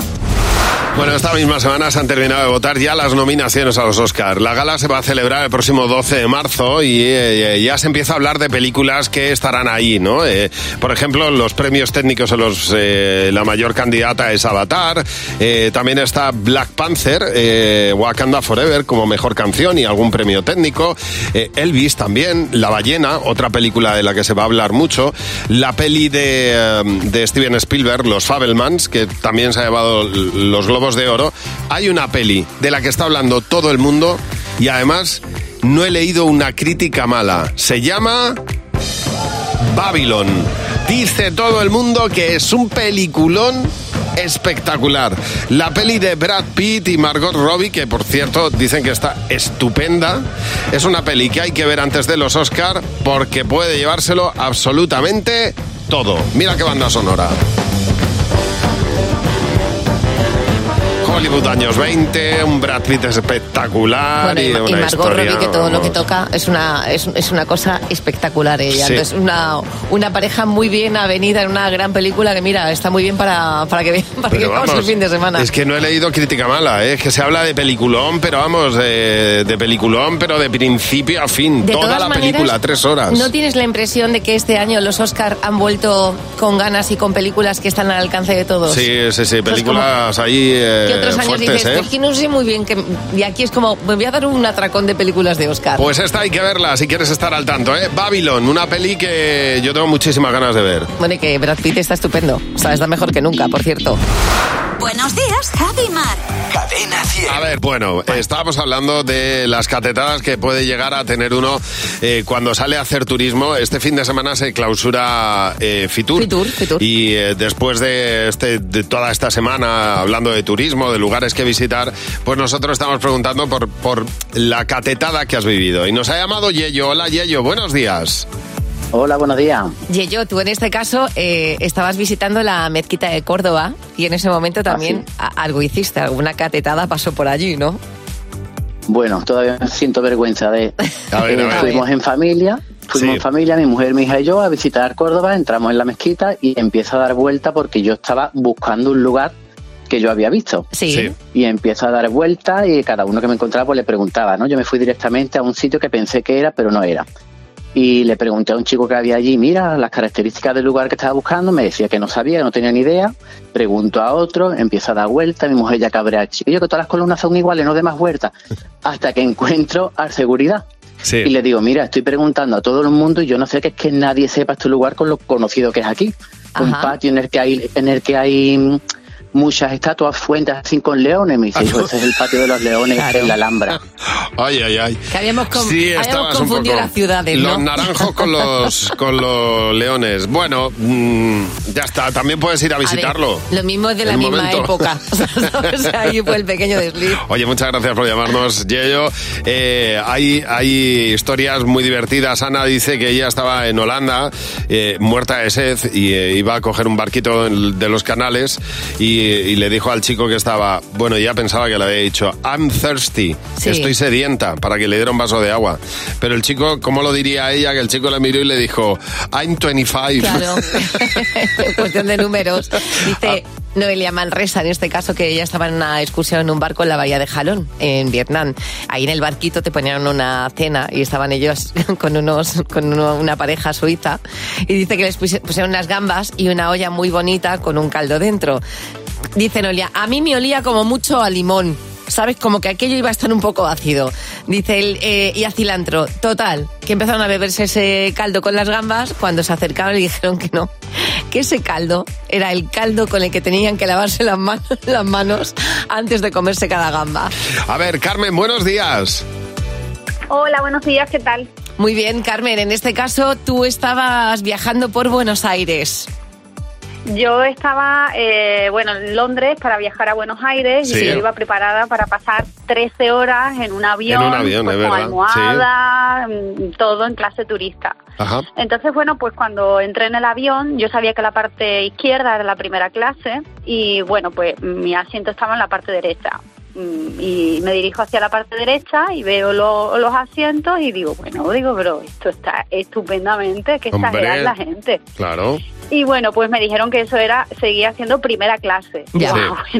Speaker 3: Bueno, esta misma semana se han terminado de votar ya las nominaciones a los Oscars. La gala se va a celebrar el próximo 12 de marzo y eh, eh, ya se empieza a hablar de películas que estarán ahí, ¿no? Eh, por ejemplo, los premios técnicos en los eh, la mayor candidata es Avatar. eh, también está Black Panther, eh, Wakanda Forever como mejor canción y algún premio técnico. eh, Elvis también, La ballena, otra película de la que se va a hablar mucho. La peli de, eh, de Steven Spielberg, Los Fabelmans, que también se ha llevado l- los Globos de Oro. Hay una peli de la que está hablando todo el mundo y además no he leído una crítica mala. Se llama Babylon. Dice todo el mundo que es un peliculón espectacular. La peli de Brad Pitt y Margot Robbie, que por cierto dicen que está estupenda, es una peli que hay que ver antes de los Oscar porque puede llevárselo absolutamente todo. Mira qué banda sonora. Hollywood años 20, un Brad Pitt espectacular
Speaker 4: Bueno, y,
Speaker 3: y,
Speaker 4: Ma- y
Speaker 3: una
Speaker 4: Margot
Speaker 3: historia,
Speaker 4: Robbie, que todo lo que
Speaker 3: vamos.
Speaker 4: toca es una, es, es una cosa espectacular ella.
Speaker 3: Sí.
Speaker 4: Entonces, una, una pareja muy bien avenida en una gran película que, mira, está muy bien para, para que, ve- para que
Speaker 3: Pero
Speaker 4: veamos
Speaker 3: vamos,
Speaker 4: el fin de semana.
Speaker 3: Es que no he leído crítica mala, ¿eh? es que se habla de peliculón, pero vamos, de, de peliculón, pero de principio a fin.
Speaker 4: De
Speaker 3: toda
Speaker 4: todas
Speaker 3: la
Speaker 4: maneras,
Speaker 3: película, tres horas.
Speaker 4: ¿No tienes la impresión de que este año los Oscar han vuelto con ganas y con películas que están al alcance de todos?
Speaker 3: Sí, sí, sí, películas ahí eh,
Speaker 4: Que otros años
Speaker 3: fuertes,
Speaker 4: dices,
Speaker 3: ¿eh?
Speaker 4: es que no sé muy bien que... Y aquí es como, me voy a dar un atracón de películas de Oscar.
Speaker 3: Pues esta hay que verla si quieres estar al tanto, ¿eh? Babylon, una peli que yo tengo muchísimas ganas de ver.
Speaker 4: Bueno, y que Brad Pitt está estupendo. O sea, está mejor que nunca, por cierto.
Speaker 19: Buenos días, Javi y Mar. Cadena
Speaker 3: A ver, bueno, estábamos hablando de las catetadas que puede llegar a tener uno eh, cuando sale a hacer turismo. Este fin de semana se clausura eh, Fitur. Y eh, después de, este- de toda esta semana hablando de turismo, de lugares que visitar, pues nosotros estamos preguntando por, por la catetada que has vivido. Y nos ha llamado Yello. Hola Yello, buenos días.
Speaker 21: Hola, buenos días.
Speaker 4: Yeyo, tú en este caso eh, estabas visitando la mezquita de Córdoba y en ese
Speaker 3: Ah,
Speaker 4: momento también a- algo hiciste, alguna catetada pasó por allí, ¿no?
Speaker 21: Bueno, todavía siento vergüenza de... A ver, a ver. Fuimos en familia, fuimos en familia, mi mujer, mi hija y yo a visitar Córdoba, entramos en la mezquita y empiezo a dar vuelta porque yo estaba buscando un lugar que yo había visto.
Speaker 4: Sí. Sí.
Speaker 21: Y empiezo a dar vuelta y cada uno que me encontraba pues le preguntaba, ¿no? Yo me fui directamente a un sitio que pensé que era, pero no era. Y le pregunté a un chico que había allí, mira, las características del lugar que estaba buscando, me decía que no sabía, que no tenía ni idea. Pregunto a otro, empiezo a dar vuelta, mi mujer ya cabrea, chiquillo, que todas las columnas son iguales, no dé más vueltas. Hasta que encuentro a seguridad. Y le digo, mira, estoy preguntando a todo el mundo y yo no sé que es que nadie sepa este lugar con lo conocido que es aquí. Un
Speaker 23: Ajá.
Speaker 21: patio en el que hay, en el que hay mm, muchas estatuas, fuentes así con leones. Me dice, hijo, este es el patio de los leones
Speaker 3: Claro.
Speaker 21: en la Alhambra.
Speaker 3: Ay, ay, ay.
Speaker 4: Que habíamos, con-
Speaker 3: Sí,
Speaker 4: habíamos
Speaker 3: estabas un
Speaker 4: confundido
Speaker 3: poco-
Speaker 4: las ciudades, ¿no?
Speaker 3: Los naranjos con los, con los leones. Bueno, mm, ya está. También puedes ir a
Speaker 4: A ver,
Speaker 3: visitarlo.
Speaker 4: lo mismo es de la
Speaker 3: El
Speaker 4: misma
Speaker 3: momento.
Speaker 4: época. o sea, ahí fue el pequeño desliz.
Speaker 3: Oye, muchas gracias por llamarnos, Yello. Eh, hay, hay historias muy divertidas. Ana dice que ella estaba en Holanda, eh, muerta de sed, y eh, iba a coger un barquito del- de los canales y, y le dijo al chico que estaba, bueno, ya pensaba que le había dicho, I'm thirsty,
Speaker 6: Sí.
Speaker 3: estoy sedienta, para que le diera un vaso de agua. Pero el chico, ¿cómo lo diría ella? Que el chico le miró y le dijo, I'm 25.
Speaker 4: Claro. Cuestión de números. Dice Noelia Manresa, en este caso, que ella estaba en una excursión en un barco en la bahía de Jalón, en Vietnam. Ahí en el barquito te ponían una cena y estaban ellos con, unos, con uno- una pareja suiza. Y dice que les puse- pusieron unas gambas y una olla muy bonita con un caldo dentro. Dice Noelia, a mí me olía como mucho a limón. ¿Sabes? Como que aquello iba a estar un poco ácido. Dice él, eh, y a cilantro. Total, que empezaron a beberse ese caldo con las gambas. Cuando se acercaron le dijeron que no. Que ese caldo era el caldo con el que tenían que lavarse las, manos las manos antes de comerse cada gamba.
Speaker 3: A ver, Carmen, buenos días.
Speaker 9: Hola, buenos días, ¿qué tal?
Speaker 4: Muy bien, Carmen. En este caso, tú estabas viajando por Buenos Aires.
Speaker 9: Yo estaba, eh, bueno, en Londres para viajar a Buenos Aires
Speaker 3: Sí.
Speaker 9: y yo iba preparada para pasar 13 horas en un avión,
Speaker 3: En un avión,
Speaker 9: pues,
Speaker 3: es
Speaker 9: con
Speaker 3: verdad,
Speaker 9: almohada, mm, todo en clase turista.
Speaker 3: Ajá.
Speaker 9: Entonces, bueno, pues cuando entré en el avión, yo sabía que la parte izquierda era la primera clase y, bueno, pues mi asiento estaba en la parte derecha. Mm, Y me dirijo hacia la parte derecha y veo lo- los asientos y digo, bueno, digo, pero esto está estupendamente, que
Speaker 3: Hombre.
Speaker 9: exagerar la gente.
Speaker 3: Claro.
Speaker 9: Y bueno, pues me dijeron que eso era, seguía siendo primera clase. Guau,
Speaker 3: Sí.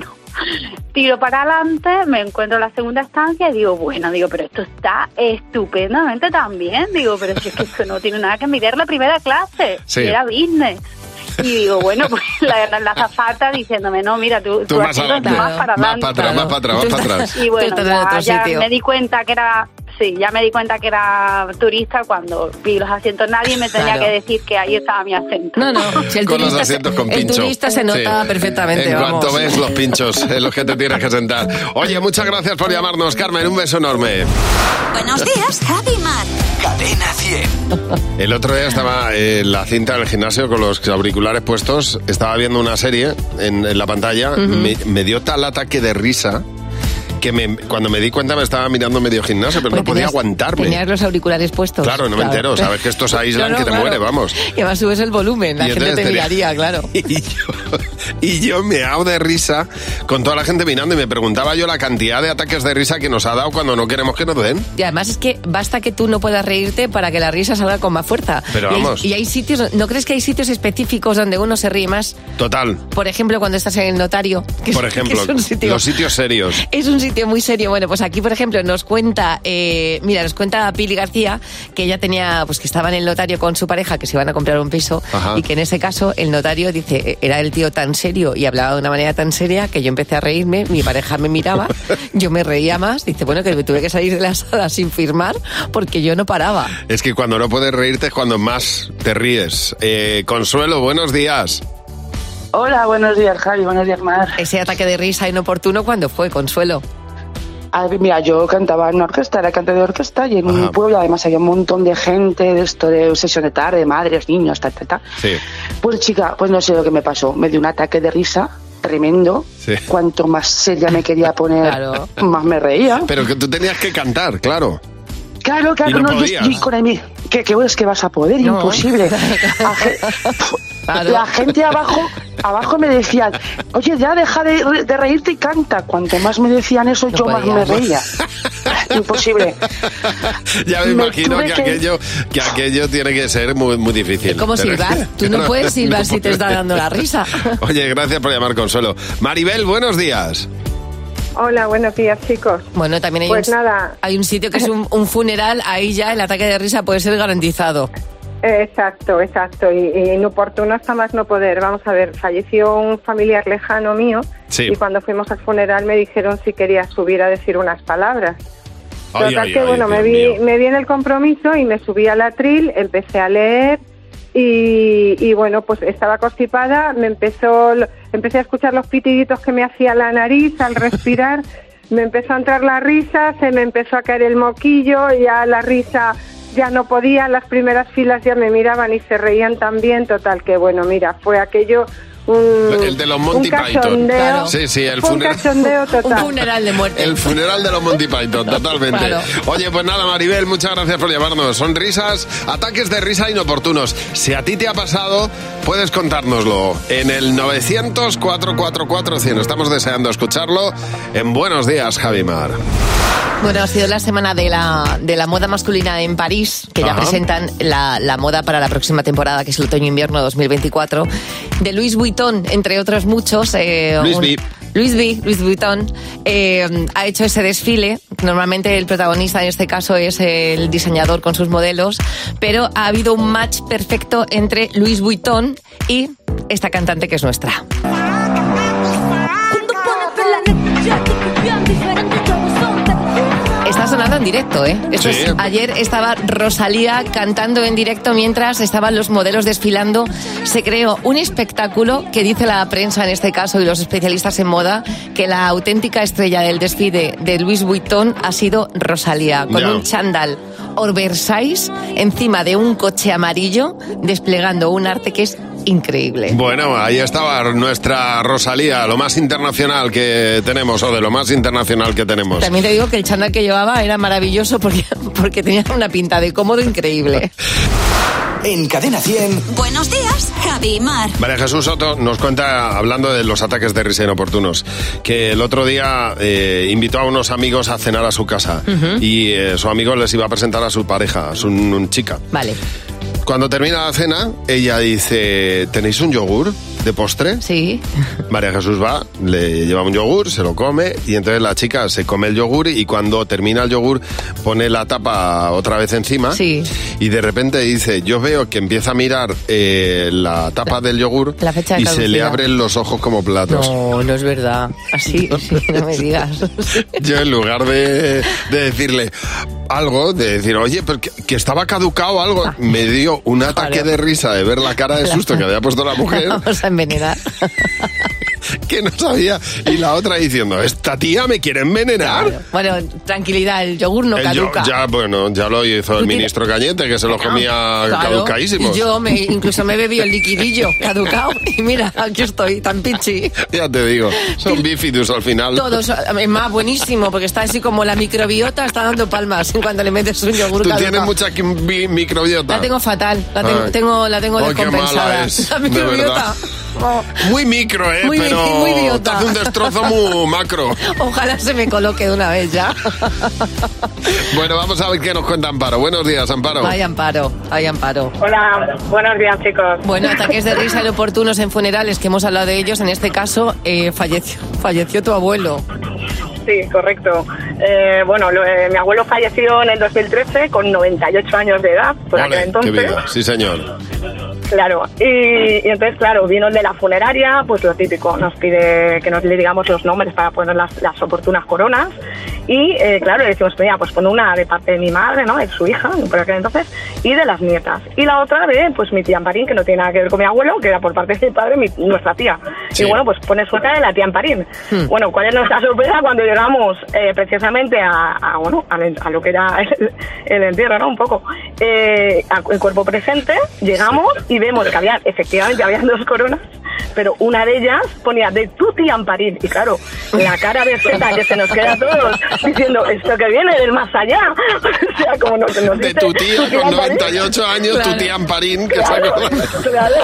Speaker 9: Tiro para adelante, me encuentro en la segunda estancia y digo, bueno, digo, pero esto está estupendamente también. Digo, pero si es que esto no tiene nada que mirar la primera clase.
Speaker 3: Sí.
Speaker 9: Y era business. Y digo, bueno, pues la, la, la azafata diciéndome, no, mira, tú,
Speaker 3: Tú
Speaker 9: tu
Speaker 3: más
Speaker 9: asiento está
Speaker 3: adelante.
Speaker 9: más para
Speaker 3: Más
Speaker 9: adelante.
Speaker 3: para atrás, más para atrás, más para atrás.
Speaker 9: Y bueno,
Speaker 4: Tú estás en
Speaker 9: ya,
Speaker 4: otro
Speaker 9: ya
Speaker 4: sitio.
Speaker 9: me di cuenta que era... Sí, ya me di cuenta que era turista cuando vi los asientos. Nadie me tenía
Speaker 4: Claro.
Speaker 9: que decir que ahí estaba mi acento.
Speaker 4: No, no. Si el
Speaker 3: con los
Speaker 4: turista se-
Speaker 3: asientos con
Speaker 4: el
Speaker 3: pincho.
Speaker 4: turista se nota perfectamente,
Speaker 3: En cuanto
Speaker 4: vamos.
Speaker 3: ves los pinchos en los que te tienes que sentar. Oye, muchas gracias por llamarnos, Carmen. Un beso enorme.
Speaker 19: Buenos días, Javi Mar. Cadena 100.
Speaker 3: El otro día estaba en la cinta del gimnasio con los auriculares puestos. Estaba viendo una serie en, en la pantalla.
Speaker 23: Ujú.
Speaker 3: me, me dio tal ataque de risa que me- cuando me di cuenta me estaba mirando medio gimnasio, pero no podía
Speaker 4: Tenías-
Speaker 3: aguantarme.
Speaker 4: Tenías los auriculares puestos.
Speaker 3: Claro, no me entero. Sabes que estos
Speaker 4: No,
Speaker 3: aíslan
Speaker 4: no,
Speaker 3: que te
Speaker 4: claro.
Speaker 3: muere, vamos.
Speaker 4: Y además subes el volumen, la
Speaker 3: Y
Speaker 4: gente
Speaker 3: entonces
Speaker 4: te
Speaker 3: tenía-
Speaker 4: miraría, claro.
Speaker 3: Y yo, y yo me hago de risa con toda la gente mirando y me preguntaba yo la cantidad de ataques de risa que nos ha dado cuando no queremos que nos den.
Speaker 4: Y además es que basta que tú no puedas reírte para que la risa salga con más fuerza.
Speaker 3: Pero
Speaker 4: y hay-
Speaker 3: vamos.
Speaker 4: y hay sitios, ¿no crees que hay sitios específicos donde uno se ríe más?
Speaker 3: Total.
Speaker 4: Por ejemplo, cuando estás en el notario. que es-
Speaker 3: Por
Speaker 4: que
Speaker 3: ejemplo,
Speaker 4: es un sitio-
Speaker 3: los sitios serios.
Speaker 4: Es un sitio muy serio. Bueno, pues aquí, por ejemplo, nos cuenta, eh, mira, nos cuenta Pili García que ella tenía, pues que estaba en el notario con su pareja, que se iban a comprar un piso,
Speaker 24: Ajá.
Speaker 4: y que en ese caso el notario dice, eh, era el tío tan serio y hablaba de una manera tan seria que yo empecé a reírme, mi pareja me miraba, yo me reía más, dice, bueno, que me tuve que salir de la sala sin firmar porque yo no paraba.
Speaker 3: Es que cuando no puedes reírte es cuando más te ríes. Eh, Consuelo, buenos días.
Speaker 25: Hola, buenos días, Javi. Buenos días, Mar.
Speaker 4: Ese ataque de risa inoportuno, ¿cuándo fue, Consuelo?
Speaker 25: A ver, mira, yo cantaba en una orquesta, era cantante de orquesta y en
Speaker 3: Ajá.
Speaker 25: un pueblo además había un montón de gente de esto de sesión de tarde, madres, niños, tal, tal, tal.
Speaker 3: Sí.
Speaker 25: Pues chica, pues no sé lo que me pasó. Me dio un ataque de risa tremendo.
Speaker 3: Sí.
Speaker 25: Cuanto más seria me quería poner,
Speaker 3: Claro.
Speaker 25: más me reía.
Speaker 3: Pero que tú tenías que cantar, claro.
Speaker 25: Claro, claro,
Speaker 3: Y no
Speaker 25: no, yo-
Speaker 3: podías.
Speaker 25: yo con el mi- ¿Qué, qué es que vas a poder?
Speaker 3: No.
Speaker 25: Imposible. La ge- La gente abajo abajo me decían, oye, ya deja de, re- de reírte y canta. Cuanto más me decían eso, yo más me
Speaker 3: podías.
Speaker 25: reía. Imposible.
Speaker 3: Ya me
Speaker 25: Me
Speaker 3: imagino
Speaker 25: tuve
Speaker 3: que,
Speaker 25: que-
Speaker 3: aquello que aquello tiene que ser muy muy difícil.
Speaker 4: ¿Cómo
Speaker 3: Pero-
Speaker 4: silbar? Tú no puedes silbar si te está
Speaker 3: puedes.
Speaker 4: dando la risa.
Speaker 3: Oye, gracias por llamar Consuelo. Maribel, buenos días.
Speaker 26: Hola, buenos días, chicos.
Speaker 4: Bueno, también hay,
Speaker 26: Pues
Speaker 4: un,
Speaker 26: nada.
Speaker 4: hay un sitio que es un, un funeral, ahí ya el ataque de risa puede ser garantizado.
Speaker 26: Eh, Exacto, exacto. Y, y inoportuno hasta más no poder. Vamos a ver, falleció un familiar lejano mío
Speaker 3: Sí.
Speaker 26: y cuando fuimos al funeral me dijeron si quería subir a decir unas palabras.
Speaker 3: Ay,
Speaker 26: Total
Speaker 3: ay,
Speaker 26: que
Speaker 3: ay,
Speaker 26: bueno, me
Speaker 3: Dios
Speaker 26: vi, me vi en el compromiso y me subí al atril, empecé a leer y, y, bueno, pues estaba constipada, me empezó, empecé a escuchar los pitiditos que me hacía la nariz al respirar, me empezó a entrar la risa, se me empezó a caer el moquillo, ya la risa ya no podía, las primeras filas ya me miraban y se reían también, total que bueno, mira, fue aquello un,
Speaker 3: El de los Monty
Speaker 26: un
Speaker 3: Python.
Speaker 26: cachondeo.
Speaker 3: Sí, sí, el
Speaker 26: Fue un
Speaker 3: funeral.
Speaker 26: cachondeo total.
Speaker 4: de muerte.
Speaker 3: El funeral de los Monty Python, totalmente.
Speaker 26: Claro.
Speaker 3: Oye, pues nada, Maribel, muchas gracias por llamarnos. Son risas, ataques de risa inoportunos. Si a ti te ha pasado, puedes contárnoslo en el 900-444-100. Estamos deseando escucharlo en Buenos Días, Javimar.
Speaker 4: Bueno, ha sido la semana de la, de la moda masculina en París, que ya
Speaker 3: Ajá.
Speaker 4: presentan la, la moda para la próxima temporada, que es el otoño-invierno 2024, de Luis Vuitton, entre otros muchos. eh,
Speaker 3: Louis
Speaker 4: un-
Speaker 3: V.
Speaker 4: Louis V, Louis Vuitton, eh, ha hecho ese desfile. Normalmente el protagonista en este caso es el diseñador con sus modelos, pero ha habido un match perfecto entre Louis Vuitton y esta cantante que es nuestra. Está sonando en directo, ¿eh? Esto
Speaker 3: Sí.
Speaker 4: es- ayer estaba Rosalía cantando en directo mientras estaban los modelos desfilando. Se creó un espectáculo que dice la prensa en este caso y los especialistas en moda que la auténtica estrella del desfile de Louis Vuitton ha sido Rosalía, con
Speaker 3: Ya.
Speaker 4: un chándal oversize encima de un coche amarillo desplegando un arte que es increíble.
Speaker 3: Bueno, ahí estaba nuestra Rosalía, lo más internacional que tenemos, o de lo más internacional que tenemos.
Speaker 4: También te digo que el chándal que llevaba era maravilloso porque, porque tenía una pinta de cómodo increíble.
Speaker 2: En Cadena 100.
Speaker 19: Buenos días, Javi y Mar.
Speaker 3: María Jesús Soto nos cuenta, hablando de los ataques de risa inoportunos, que el otro día eh, invitó a unos amigos a cenar a su casa
Speaker 4: Ujú.
Speaker 3: y eh, su amigo les iba a presentar a su pareja, a su un chica.
Speaker 4: Vale.
Speaker 3: Cuando termina la cena, ella dice, ¿tenéis un yogur de postre?
Speaker 4: Sí.
Speaker 3: María Jesús va, le lleva un yogur, se lo come y entonces la chica se come el yogur y cuando termina el yogur pone la tapa otra vez encima y de repente dice, yo veo que empieza a mirar eh, la tapa del yogur
Speaker 4: la fecha de
Speaker 3: y se le
Speaker 4: caducidad.
Speaker 3: abren los ojos como platos.
Speaker 4: No, no es verdad. Así, sí, no me digas.
Speaker 3: Yo en lugar de, de decirle algo, de decir, oye, pero que, que estaba caducado algo, me dio un ataque de risa de ver la cara de susto que había puesto la mujer
Speaker 4: Vamos a envenenar.
Speaker 3: que no sabía y la otra diciendo, esta tía me quiere envenenar.
Speaker 4: Bueno, tranquilidad, el yogur no
Speaker 3: El yo-
Speaker 4: caduca.
Speaker 3: ya, bueno, ya lo hizo el ministro Cañete, que se los comía
Speaker 4: Claro.
Speaker 3: caducaísimos.
Speaker 4: Y yo me, incluso me he bebido el liquidillo caducado y mira, aquí estoy, tan pichi.
Speaker 3: Ya te digo, son bífidus al final.
Speaker 4: Todos, es más buenísimo, porque está así como la microbiota está dando palmas cuando le metes un yogur
Speaker 3: Tú
Speaker 4: caducado.
Speaker 3: tienes mucha qui- bi- microbiota.
Speaker 4: La tengo fatal, la tengo,
Speaker 3: Ay.
Speaker 4: tengo- la tengo
Speaker 3: Ay, qué mala
Speaker 4: descompensada.
Speaker 3: es,
Speaker 4: la
Speaker 3: de
Speaker 4: microbiota.
Speaker 3: verdad. Muy micro, ¿eh?
Speaker 4: Muy-
Speaker 3: Pero
Speaker 4: muy idiota.
Speaker 3: te hace un destrozo muy macro.
Speaker 4: Ojalá se me coloque de una vez ya.
Speaker 3: Bueno, vamos a ver qué nos cuenta Amparo. Buenos días, Amparo.
Speaker 4: Hay amparo, hay amparo.
Speaker 1: Hola, buenos días chicos.
Speaker 4: Bueno, ataques de risa inoportunos en funerales, que hemos hablado de ellos. En este caso, eh, falleció, falleció tu abuelo.
Speaker 1: Sí, correcto. Eh, bueno, lo- eh, mi abuelo falleció en el 2013 con 98 años de edad, por
Speaker 3: Ole,
Speaker 1: aquel
Speaker 3: qué
Speaker 1: entonces.
Speaker 3: vida. Sí, señor.
Speaker 1: Claro, y, y entonces, claro, vino el de la funeraria, pues lo típico, nos pide que nos le digamos los nombres para poner las, las oportunas coronas. Y eh, claro, le decimos, mira, pues pon una de parte de mi madre, ¿no? De su hija, por aquel entonces, y de las nietas. Y la otra de, pues mi tía Amparín, que no tiene nada que ver con mi abuelo, que era por parte de mi padre, mi- nuestra tía.
Speaker 6: Sí.
Speaker 1: Y bueno, pues pones otra de la tía Amparín.
Speaker 6: Hmm.
Speaker 1: Bueno, ¿cuál es nuestra sorpresa cuando llegamos eh, precisamente a, a, bueno, al en- a lo que era el, el entierro, ¿no? Un poco. Eh, a- el cuerpo presente, llegamos y vemos que había, efectivamente, habían dos coronas, pero una de ellas ponía de tu tía Amparín. Y claro, la cara de Z que se nos queda a todos diciendo esto que viene del más allá. O sea, como nos, nos
Speaker 3: De
Speaker 1: dice,
Speaker 3: tu tía con
Speaker 1: Amparín.
Speaker 3: 98 años, tu
Speaker 1: Claro.
Speaker 3: tía Amparín, que
Speaker 1: Claro,
Speaker 3: sacó-
Speaker 1: claro,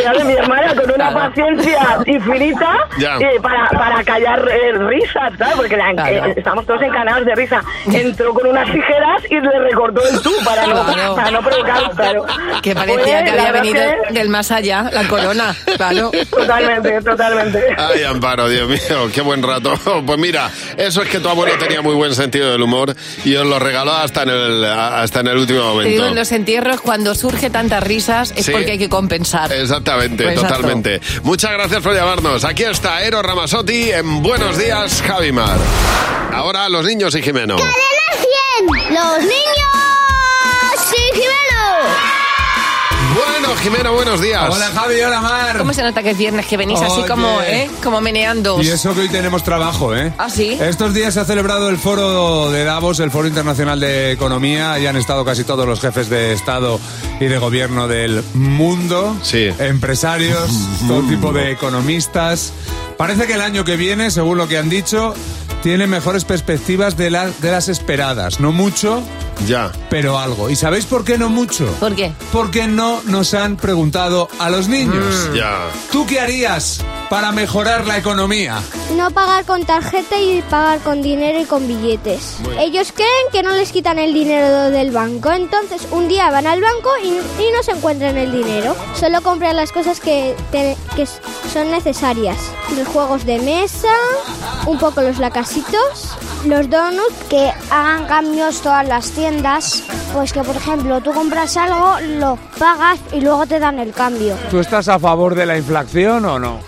Speaker 1: claro, mi hermana con una paciencia infinita
Speaker 3: Ya.
Speaker 1: eh, para, para callar eh, risas, ¿sabes? Porque la-
Speaker 6: Claro.
Speaker 1: eh, estamos todos encanados de risa. Entró con unas tijeras y le recortó el tú para no,
Speaker 4: Claro.
Speaker 1: para no provocar, claro.
Speaker 4: Que parecía
Speaker 1: Fue,
Speaker 4: que
Speaker 1: la
Speaker 4: había
Speaker 1: verdad
Speaker 4: venido
Speaker 1: que-
Speaker 4: del más allá, la corona, claro.
Speaker 1: Totalmente, totalmente.
Speaker 3: Ay, Amparo, Dios mío, qué buen rato. Pues mira, eso es que tu abuelo tenía muy buen sentido del humor y os lo regaló hasta en el, hasta en el último
Speaker 4: Te digo, en
Speaker 3: momento.
Speaker 4: los entierros, cuando surge tantas risas, es
Speaker 3: Sí.
Speaker 4: porque hay que compensar.
Speaker 3: Exactamente,
Speaker 4: Pues exacto.
Speaker 3: totalmente. Muchas gracias por llamarnos. Aquí está Ero Ramasotti en Buenos Días, Javimar. Ahora los niños y Jimeno.
Speaker 10: ¡Cadena 100! ¡Los niños! ¡Sí, Jimeno!
Speaker 3: Bueno, Jimeno, buenos días.
Speaker 7: Hola, Javi, hola, Mar.
Speaker 4: ¿Cómo se nota que es viernes? Que venís así
Speaker 7: Oye.
Speaker 4: como, ¿eh? Como meneando.
Speaker 7: Y eso que hoy tenemos trabajo, ¿eh?
Speaker 4: ¿Ah, sí?
Speaker 7: Estos días se ha celebrado el foro de Davos, el Foro Internacional de Economía, y han estado casi todos los jefes de Estado y de Gobierno del mundo, empresarios, todo tipo de economistas. Parece que el año que viene, según lo que han dicho, tiene mejores perspectivas de, la- de las esperadas. No mucho,
Speaker 3: ya.
Speaker 7: pero algo. ¿Y sabéis por qué no mucho?
Speaker 4: ¿Por qué?
Speaker 7: Porque no nos han preguntado a los niños.
Speaker 3: Mm. Ya.
Speaker 7: ¿Tú qué harías para mejorar la economía?
Speaker 6: No pagar con tarjeta y pagar con dinero y con billetes. Ellos creen que no les quitan el dinero del banco, entonces un día van al banco y, y no se encuentran el dinero. Solo compran las cosas que, te- que s- son necesarias. Los juegos de mesa, un poco los lacasitos, los donuts. Que hagan cambios todas las tiendas. Pues que, por ejemplo, tú compras algo, lo pagas y luego te dan el cambio.
Speaker 7: ¿Tú estás a favor de la inflación o no?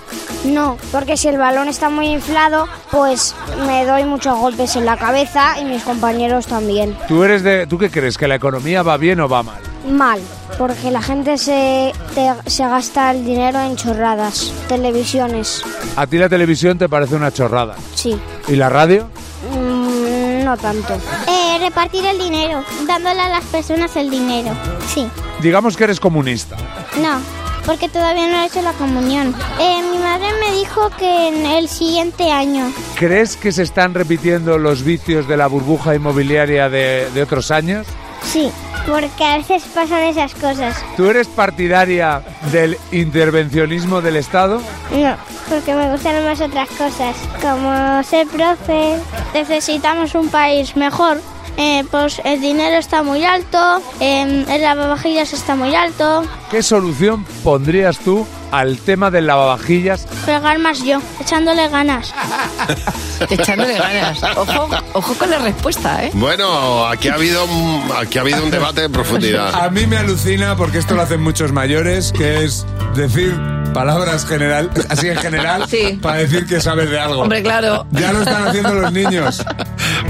Speaker 6: No, porque si el balón está muy inflado, pues me doy muchos golpes en la cabeza y mis compañeros también.
Speaker 7: ¿Tú eres de tú qué crees que la economía va bien o va mal?
Speaker 6: Mal, porque la gente se, te- se gasta el dinero en chorradas, televisiones,
Speaker 7: A ti la televisión te parece una chorrada.
Speaker 6: sí.
Speaker 7: ¿Y la radio?
Speaker 9: Mm,
Speaker 6: no tanto. Eh, repartir el dinero, dándole a las personas el dinero, sí.
Speaker 7: Digamos que eres comunista.
Speaker 6: No, porque todavía no he hecho la comunión. Eh, mi madre me dijo que en el siguiente año.
Speaker 7: ¿Crees que se están repitiendo los vicios de la burbuja inmobiliaria de, de otros años?
Speaker 6: Sí, porque a veces pasan esas cosas.
Speaker 7: ¿Tú eres partidaria del intervencionismo del Estado?
Speaker 6: No, porque me gustan más otras cosas, como ser profe. Necesitamos un país mejor. Eh, pues el dinero está muy alto, eh, el lavavajillas está muy alto.
Speaker 7: ¿Qué solución pondrías tú al tema del lavavajillas?
Speaker 6: Fregar más yo, echándole ganas.
Speaker 4: Echándole ganas. Ojo, ojo con la respuesta, ¿eh?
Speaker 3: Bueno, aquí ha habido un, aquí ha habido un debate de profundidad.
Speaker 7: A mí me alucina porque esto lo hacen muchos mayores, que es decir palabras general, así en general,
Speaker 4: Sí.
Speaker 7: para decir que sabes de algo.
Speaker 4: Hombre, claro.
Speaker 7: Ya lo están haciendo los niños.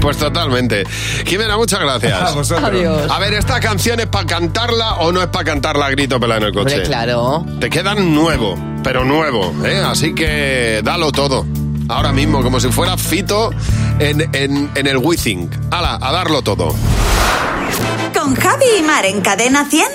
Speaker 3: Pues totalmente. Jimena, muchas gracias.
Speaker 7: A vosotros. Adiós.
Speaker 3: A ver, ¿esta canción es para cantarla o no es para cantarla a grito pela en el coche?
Speaker 4: Hombre, claro.
Speaker 3: Te quedan nuevo, pero nuevo, ¿eh? Así que dalo todo. Ahora mismo, como si fuera Fito en, en, en el Withing. Hala, a darlo todo.
Speaker 19: Con Javi y Mar en Cadena 100.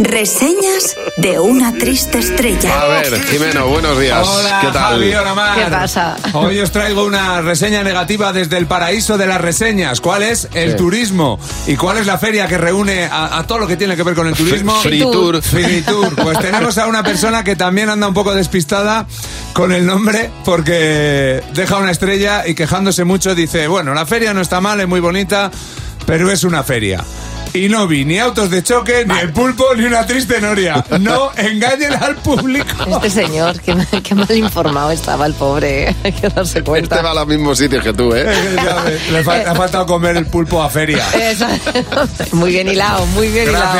Speaker 19: Reseñas de una triste estrella.
Speaker 3: A ver, Jimeno, buenos días.
Speaker 7: Hola,
Speaker 3: ¿Qué tal?
Speaker 7: Javi, hola, Mar.
Speaker 4: ¿Qué pasa?
Speaker 7: Hoy os traigo una reseña negativa desde el paraíso de las reseñas. ¿Cuál es el
Speaker 3: Sí.
Speaker 7: turismo? ¿Y cuál es la feria que reúne a, a todo lo que tiene que ver con el turismo?
Speaker 3: Free Tour.
Speaker 7: Free Tour. Pues tenemos a una persona que también anda un poco despistada con el nombre porque deja una estrella y quejándose mucho dice, bueno, la feria no está mal, es muy bonita, pero es una feria. Y no vi ni autos de choque, ni el pulpo, ni una triste noria. No engañen al público.
Speaker 4: Este señor, que, que mal informado estaba el pobre, ¿eh? Hay que darse cuenta.
Speaker 3: Este va a los mismos sitios que tú, ¿eh?
Speaker 7: Ya ves, Le, fal- le ha faltado comer el pulpo a feria.
Speaker 4: Esa- muy bien hilado, muy bien hilado.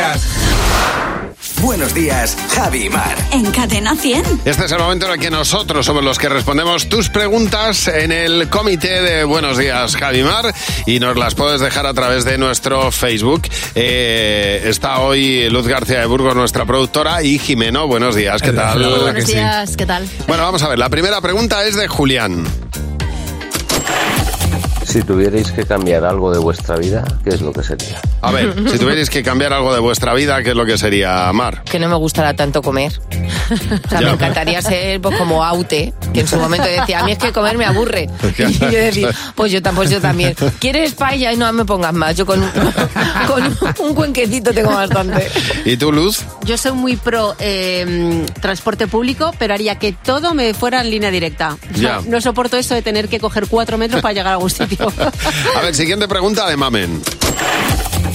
Speaker 2: Buenos días, Javi y Mar.
Speaker 19: En Cadena 100.
Speaker 3: Este es el momento en el que nosotros somos los que respondemos tus preguntas en el comité de Buenos Días, Javimar, y nos las puedes dejar a través de nuestro Facebook. Eh, está hoy Luz García de Burgos, nuestra productora, y Jimeno, buenos días, ¿qué tal?
Speaker 10: Buenos días, ¿qué tal?
Speaker 3: Bueno, vamos a ver, la primera pregunta es de Julián.
Speaker 11: Si tuvierais que cambiar algo de vuestra vida, ¿qué es lo que sería?
Speaker 3: A ver, si tuvierais que cambiar algo de vuestra vida, ¿qué es lo que sería, Mar?
Speaker 4: Que no me gustará tanto comer. O sea,
Speaker 3: Ya.
Speaker 4: me encantaría ser pues, como Aute, que en su momento decía, a mí es que comer me aburre. Y yo decía, pues yo, tam- pues yo también. ¿Quieres paella? Y no me pongas más. Yo con, un- con un, un cuenquecito tengo bastante.
Speaker 3: ¿Y tú, Luz?
Speaker 10: Yo soy muy pro eh, transporte público, pero haría que todo me fuera en línea directa.
Speaker 3: Ya.
Speaker 10: No soporto eso de tener que coger cuatro metros para llegar a algún sitio.
Speaker 3: A ver, siguiente pregunta de Mamen.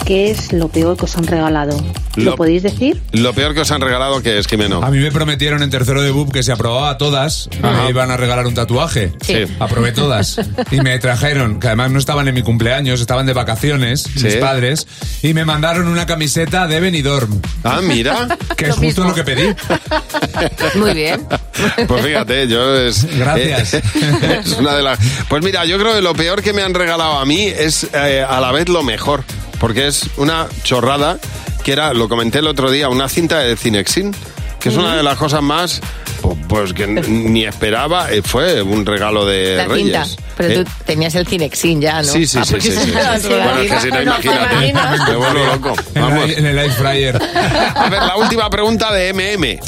Speaker 13: ¿Qué es lo peor que os han regalado?
Speaker 3: ¿Lo Lo- podéis
Speaker 13: decir?
Speaker 3: Lo peor que os han regalado, que es, Jimeno?
Speaker 7: A mí me prometieron en tercero de BUP que se aprobaba a todas me iban a regalar un tatuaje.
Speaker 3: Sí.
Speaker 7: Aprobé todas. Y me trajeron, que además no estaban en mi cumpleaños, estaban de vacaciones, mis padres, y me mandaron una camiseta de Benidorm.
Speaker 3: Ah, mira.
Speaker 7: Que es justo lo que pedí.
Speaker 4: Muy bien.
Speaker 3: Pues fíjate, yo es.
Speaker 7: Gracias.
Speaker 3: eh, es una de las. Pues mira, yo creo que lo peor que me han regalado a mí es eh, a la vez lo mejor. Porque es una chorrada que era, lo comenté el otro día, una cinta de Cinexin, que es una de las cosas más, pues, pues, que n- ni esperaba, eh, fue un regalo de
Speaker 4: La
Speaker 3: Eh, Reyes.
Speaker 4: cinta. Pero
Speaker 3: Eh,
Speaker 4: tú tenías el Cinexin ya, ¿no?
Speaker 3: Sí, sí,
Speaker 4: Ah,
Speaker 3: sí,
Speaker 4: porque
Speaker 3: sí,
Speaker 4: se-
Speaker 3: sí.
Speaker 4: Claro,
Speaker 3: Bueno, es que si no,
Speaker 4: No, te
Speaker 3: imagínate,
Speaker 4: imaginas.
Speaker 3: me vuelvo loco. Vamos.
Speaker 7: En el ice fryer.
Speaker 3: A ver, la última pregunta de MM.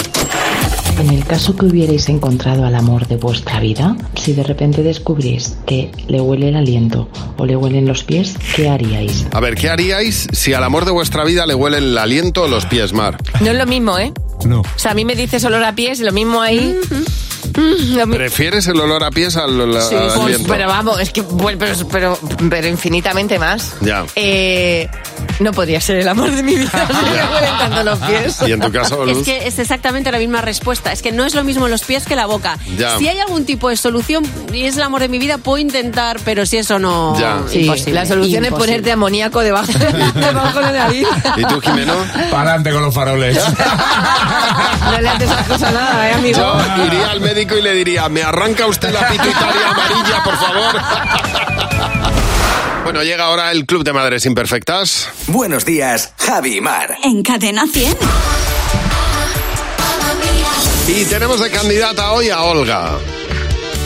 Speaker 12: En el caso que hubierais encontrado al amor de vuestra vida, si de repente descubrís que le huele el aliento o le huelen los pies, ¿qué haríais?
Speaker 3: A ver, ¿qué haríais si al amor de vuestra vida le huelen el aliento o los pies, Mar?
Speaker 4: No es lo mismo, ¿eh?
Speaker 7: No.
Speaker 4: O sea, a mí me dices olor a pies, lo mismo ahí. Mm, lo mi-
Speaker 3: ¿Prefieres el olor a pies al, al
Speaker 4: Sí,
Speaker 3: al
Speaker 4: pues,
Speaker 3: aliento?
Speaker 4: pero vamos, es que bueno, pero, pero, pero infinitamente más.
Speaker 3: Ya.
Speaker 4: Eh, no podría ser el amor de mi vida. si me huelen tanto los pies.
Speaker 3: ¿Y en tu caso, Luz?
Speaker 10: Es que es exactamente la misma respuesta. Es que no es lo mismo los pies que la boca.
Speaker 3: Ya.
Speaker 10: Si hay algún tipo de solución y es el amor de mi vida, puedo intentar, pero si eso no.
Speaker 3: Ya.
Speaker 4: Sí,
Speaker 10: imposible.
Speaker 4: la solución es
Speaker 10: Imposible.
Speaker 4: ponerte amoníaco debajo, debajo de la nariz.
Speaker 3: ¿Y tú, Jimeno?
Speaker 7: Para adelante con los faroles.
Speaker 4: No le haces esas cosas a nada, ¿eh, amigo?
Speaker 3: Yo iría al médico y le diría, me arranca usted la pituitaria amarilla, por favor. Bueno, llega ahora el Club de Madres Imperfectas.
Speaker 2: Buenos días, Javi y Mar.
Speaker 19: En Cadena 100.
Speaker 3: Y tenemos de candidata hoy a Olga.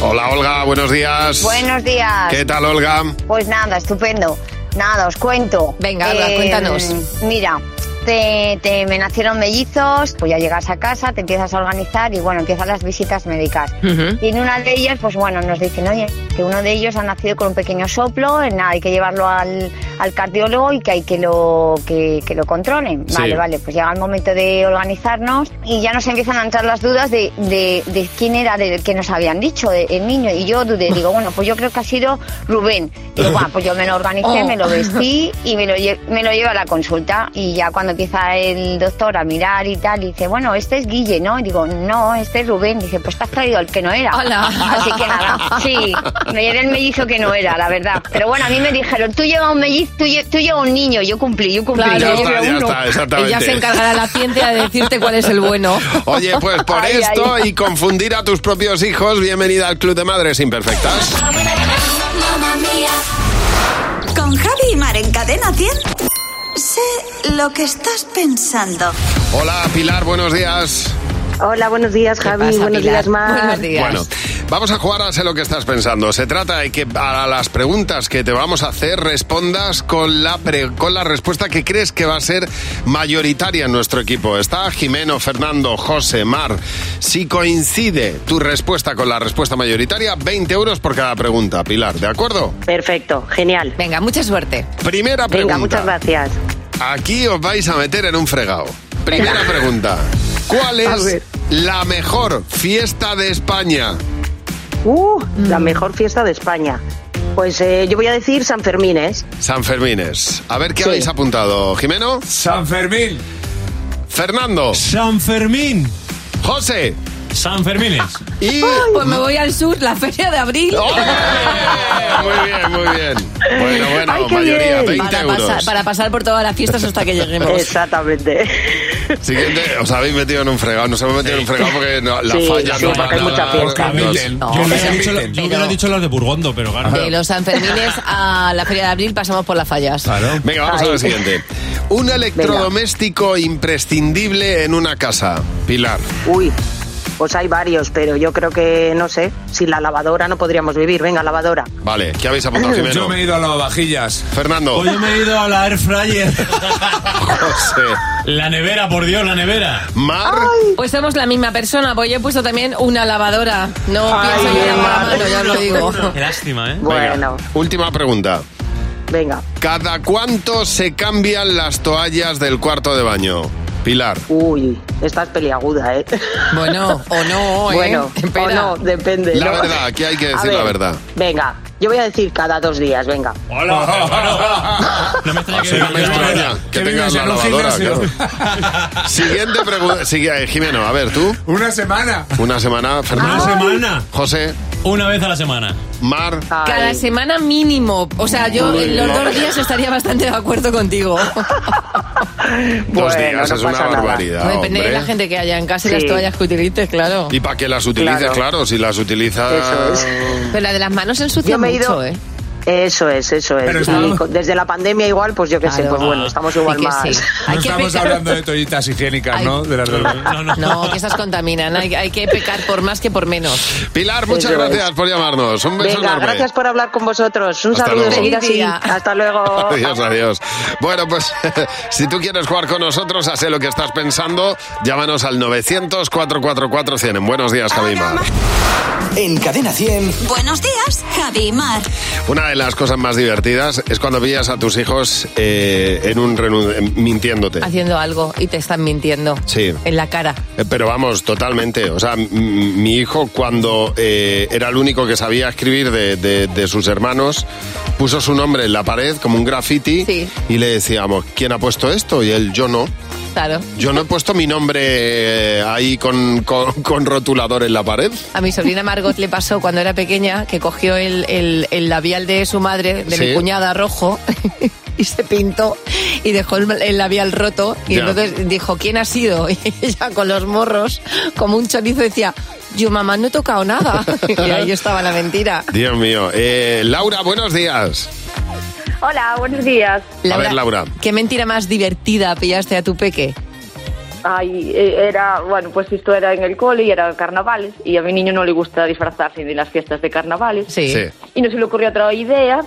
Speaker 3: Hola, Olga, buenos días.
Speaker 14: Buenos días.
Speaker 3: ¿Qué tal, Olga?
Speaker 14: Pues nada, estupendo. Nada, os cuento. Em,
Speaker 4: Venga, Olga, cuéntanos.
Speaker 14: Mira, te, te- me nacieron mellizos, pues ya llegas a casa, te empiezas a organizar y bueno, empiezan las visitas médicas.
Speaker 15: Ujú.
Speaker 14: Y en una de ellas, pues bueno, nos dicen, oye, que uno de ellos ha nacido con un pequeño soplo, eh, nada, hay que llevarlo al, al cardiólogo y que hay que lo, que, que lo controlen.
Speaker 15: Sí.
Speaker 14: Vale, vale, pues llega el momento de organizarnos y ya nos empiezan a entrar las dudas de, de- de quién era el que nos habían dicho, eh, el niño. Y yo dudé, digo, bueno, pues yo creo que ha sido Rubén. Digo, bueno, pues yo me lo organicé,
Speaker 15: Oh.
Speaker 14: me lo vestí y me lo, lle- me lo llevo a la consulta. Y ya cuando empieza el doctor a mirar y tal, dice, bueno, este es Guille, ¿no? Y digo, no, este es Rubén. Dice, pues te has traído el que no era.
Speaker 15: Hola.
Speaker 14: Así que nada, sí, me llevé el mellizo que no era, la verdad. Pero bueno, a mí me dijeron, tú llevas un mellizo, tú, lle- tú llevas un niño, yo cumplí, yo cumplí.
Speaker 3: Claro,
Speaker 14: yo
Speaker 3: Ya está,
Speaker 14: llevé
Speaker 3: ya
Speaker 14: uno.
Speaker 3: está, exactamente.
Speaker 4: Ella se encargará la ciencia de decirte cuál es el bueno.
Speaker 3: Oye, pues por
Speaker 4: Ay,
Speaker 3: esto
Speaker 4: ay.
Speaker 3: y confundir a tus propios hijos, bienvenida al Club de Madres Imperfectas.
Speaker 19: Mamma mía. Con Javi y Mar en Cadena 100. Sé lo que estás pensando.
Speaker 3: Hola, Pilar, buenos días.
Speaker 15: Hola, buenos días, Javi. buenos días, Mar.
Speaker 3: Bueno, vamos a jugar a sé lo que estás pensando. Se trata de que a las preguntas que te vamos a hacer respondas con la, pre- con la respuesta que crees que va a ser mayoritaria en nuestro equipo. Está Jimeno, Fernando, José, Mar. Si coincide tu respuesta con la respuesta mayoritaria, 20 euros por cada pregunta, Pilar. ¿De acuerdo?
Speaker 15: Perfecto, genial.
Speaker 4: Venga, mucha suerte.
Speaker 3: Primera pregunta.
Speaker 15: Venga, muchas gracias.
Speaker 3: Aquí os vais a meter en un fregado. Primera pregunta. ¿Cuál
Speaker 15: A
Speaker 3: es
Speaker 15: ver.
Speaker 3: la mejor fiesta de España?
Speaker 15: Uh,
Speaker 4: Mm.
Speaker 15: la mejor fiesta de España. Pues eh, yo voy a decir San Fermín, ¿eh?
Speaker 3: San Fermines. A ver qué
Speaker 15: Sí.
Speaker 3: habéis apuntado, Jimeno.
Speaker 7: San Fermín.
Speaker 3: Fernando.
Speaker 17: San Fermín.
Speaker 3: José.
Speaker 17: San Fermines.
Speaker 3: Y...
Speaker 4: Pues me voy al sur, la feria de abril.
Speaker 3: Muy bien, muy bien. Bueno, bueno,
Speaker 4: Ay, qué
Speaker 3: mayoría,
Speaker 4: bien.
Speaker 3: 20
Speaker 4: para,
Speaker 3: euros.
Speaker 4: Pasar, para pasar por todas las fiestas hasta que lleguemos.
Speaker 15: Exactamente.
Speaker 3: Siguiente, os habéis metido en un fregado. Nos hemos metido en un fregado porque no- la
Speaker 15: Sí,
Speaker 3: falla
Speaker 15: sí,
Speaker 3: no
Speaker 15: porque hay mucha fiesta.
Speaker 4: No,
Speaker 17: yo hubiera
Speaker 4: pero-
Speaker 17: dicho, la- yo
Speaker 4: pero-
Speaker 17: hubiera dicho las de Burgondo, pero claro.
Speaker 4: De los Sanfermines a la feria de abril pasamos por las fallas.
Speaker 3: Venga, vamos a la siguiente. Un electrodoméstico imprescindible en una casa. Pilar.
Speaker 15: Uy, pues hay varios, pero yo creo que, no sé, sin la lavadora no podríamos vivir. Venga, lavadora.
Speaker 3: Vale, ¿qué habéis apuntado, Jimeno?
Speaker 7: Yo me he ido a lavavajillas.
Speaker 3: Fernando.
Speaker 17: Hoy me he ido a la Air Fryer. La nevera, por Dios, la nevera.
Speaker 3: Mar.
Speaker 4: Pues somos la misma persona, pues yo he puesto también una lavadora. No pienso yo en la mano, ya os lo digo.
Speaker 17: Qué lástima, ¿eh?
Speaker 3: Venga, última pregunta.
Speaker 15: Venga.
Speaker 3: ¿Cada cuánto se cambian las toallas del cuarto de baño? Pilar.
Speaker 15: Uy, esta es peliaguda, ¿eh?
Speaker 4: Bueno, o no, ¿eh?
Speaker 15: Bueno, o no, depende.
Speaker 3: La
Speaker 15: ¿no?
Speaker 3: verdad, aquí hay que
Speaker 15: A
Speaker 3: decir la verdad.
Speaker 15: Venga, yo voy a decir cada dos días, venga.
Speaker 3: Así no me extraña que tengas la lavadora. claro. Siguiente pregunta. Sigue, eh, Jimeno, a ver, tú.
Speaker 7: Una semana.
Speaker 3: Una semana, Fernando.
Speaker 17: ¿Una semana?
Speaker 3: José.
Speaker 17: Una vez a la semana.
Speaker 3: Mar.
Speaker 4: Cada semana mínimo. O sea, yo en los dos días estaría bastante de acuerdo contigo.
Speaker 3: Dos
Speaker 15: Bueno,
Speaker 3: días
Speaker 15: no
Speaker 3: es una
Speaker 15: pasa nada.
Speaker 3: barbaridad.
Speaker 4: Depende de la
Speaker 3: hombre.
Speaker 4: gente que haya en casa y las
Speaker 15: Sí.
Speaker 4: toallas que utilices, claro.
Speaker 3: Y para que las utilices, claro,
Speaker 15: Claro.
Speaker 3: si las utilizas.
Speaker 15: Eso es.
Speaker 4: Pero la de las manos ensucia
Speaker 15: Yo me he ido.
Speaker 4: mucho, ¿eh?
Speaker 15: Eso es, eso es.
Speaker 7: Pero
Speaker 15: Y
Speaker 7: estamos-
Speaker 15: co- desde la pandemia igual, pues yo qué sé,
Speaker 7: Claro.
Speaker 15: pues bueno, estamos igual
Speaker 7: Y que
Speaker 15: más.
Speaker 7: sí. No estamos hablando de toallitas higiénicas, ¿no? De las del-
Speaker 4: No, que esas contaminan. Hay, hay que pecar por más que por menos.
Speaker 3: Pilar, muchas
Speaker 4: Eso es.
Speaker 3: gracias por llamarnos. Un beso
Speaker 15: Pues Venga,
Speaker 3: enorme.
Speaker 15: gracias por hablar con vosotros. Un
Speaker 3: Hasta
Speaker 15: saludo,
Speaker 3: luego.
Speaker 15: seguid así.
Speaker 3: Día.
Speaker 15: Hasta luego.
Speaker 3: Adiós, adiós. Bueno, pues si tú quieres jugar con nosotros, haz lo que estás pensando, llámanos al 900-444-100. En Buenos días, Javi Mar.
Speaker 2: En Cadena 100.
Speaker 19: Buenos días, Javi y Mar.
Speaker 3: Una de las cosas más divertidas es cuando pillas a tus hijos eh, en un renu- eh, mintiéndote.
Speaker 4: Haciendo algo y te están mintiendo.
Speaker 3: Sí.
Speaker 4: En la cara.
Speaker 3: Eh, Pero vamos, totalmente. O sea, m- m- mi hijo cuando eh, era el único que sabía escribir de, de- de sus hermanos, puso su nombre en la pared como un graffiti y le decíamos, ¿quién ha puesto esto? Y él, yo no.
Speaker 4: Claro.
Speaker 3: Yo no he puesto mi nombre eh, ahí con, con- con rotulador en la pared.
Speaker 4: A mi sobrina Margot le pasó cuando era pequeña que cogió el, el- el labial de su madre, de
Speaker 3: Sí.
Speaker 4: mi cuñada rojo, y se pintó y dejó el, el labial roto. Y
Speaker 3: Ya.
Speaker 4: entonces dijo, ¿quién ha sido? Y ella con los morros, como un chorizo, decía, yo mamá no he tocado nada. Y ahí estaba la mentira.
Speaker 3: Dios mío. Eh, Laura, buenos días.
Speaker 4: Hola, buenos días.
Speaker 3: A ver, Laura.
Speaker 4: ¿Qué mentira más divertida pillaste a tu peque?
Speaker 16: Ay, eh, era, bueno, pues esto era en el cole y era carnavales y a mi niño no le gusta disfrazarse de las fiestas de carnavales.
Speaker 4: Sí.
Speaker 16: Y no se le ocurrió otra idea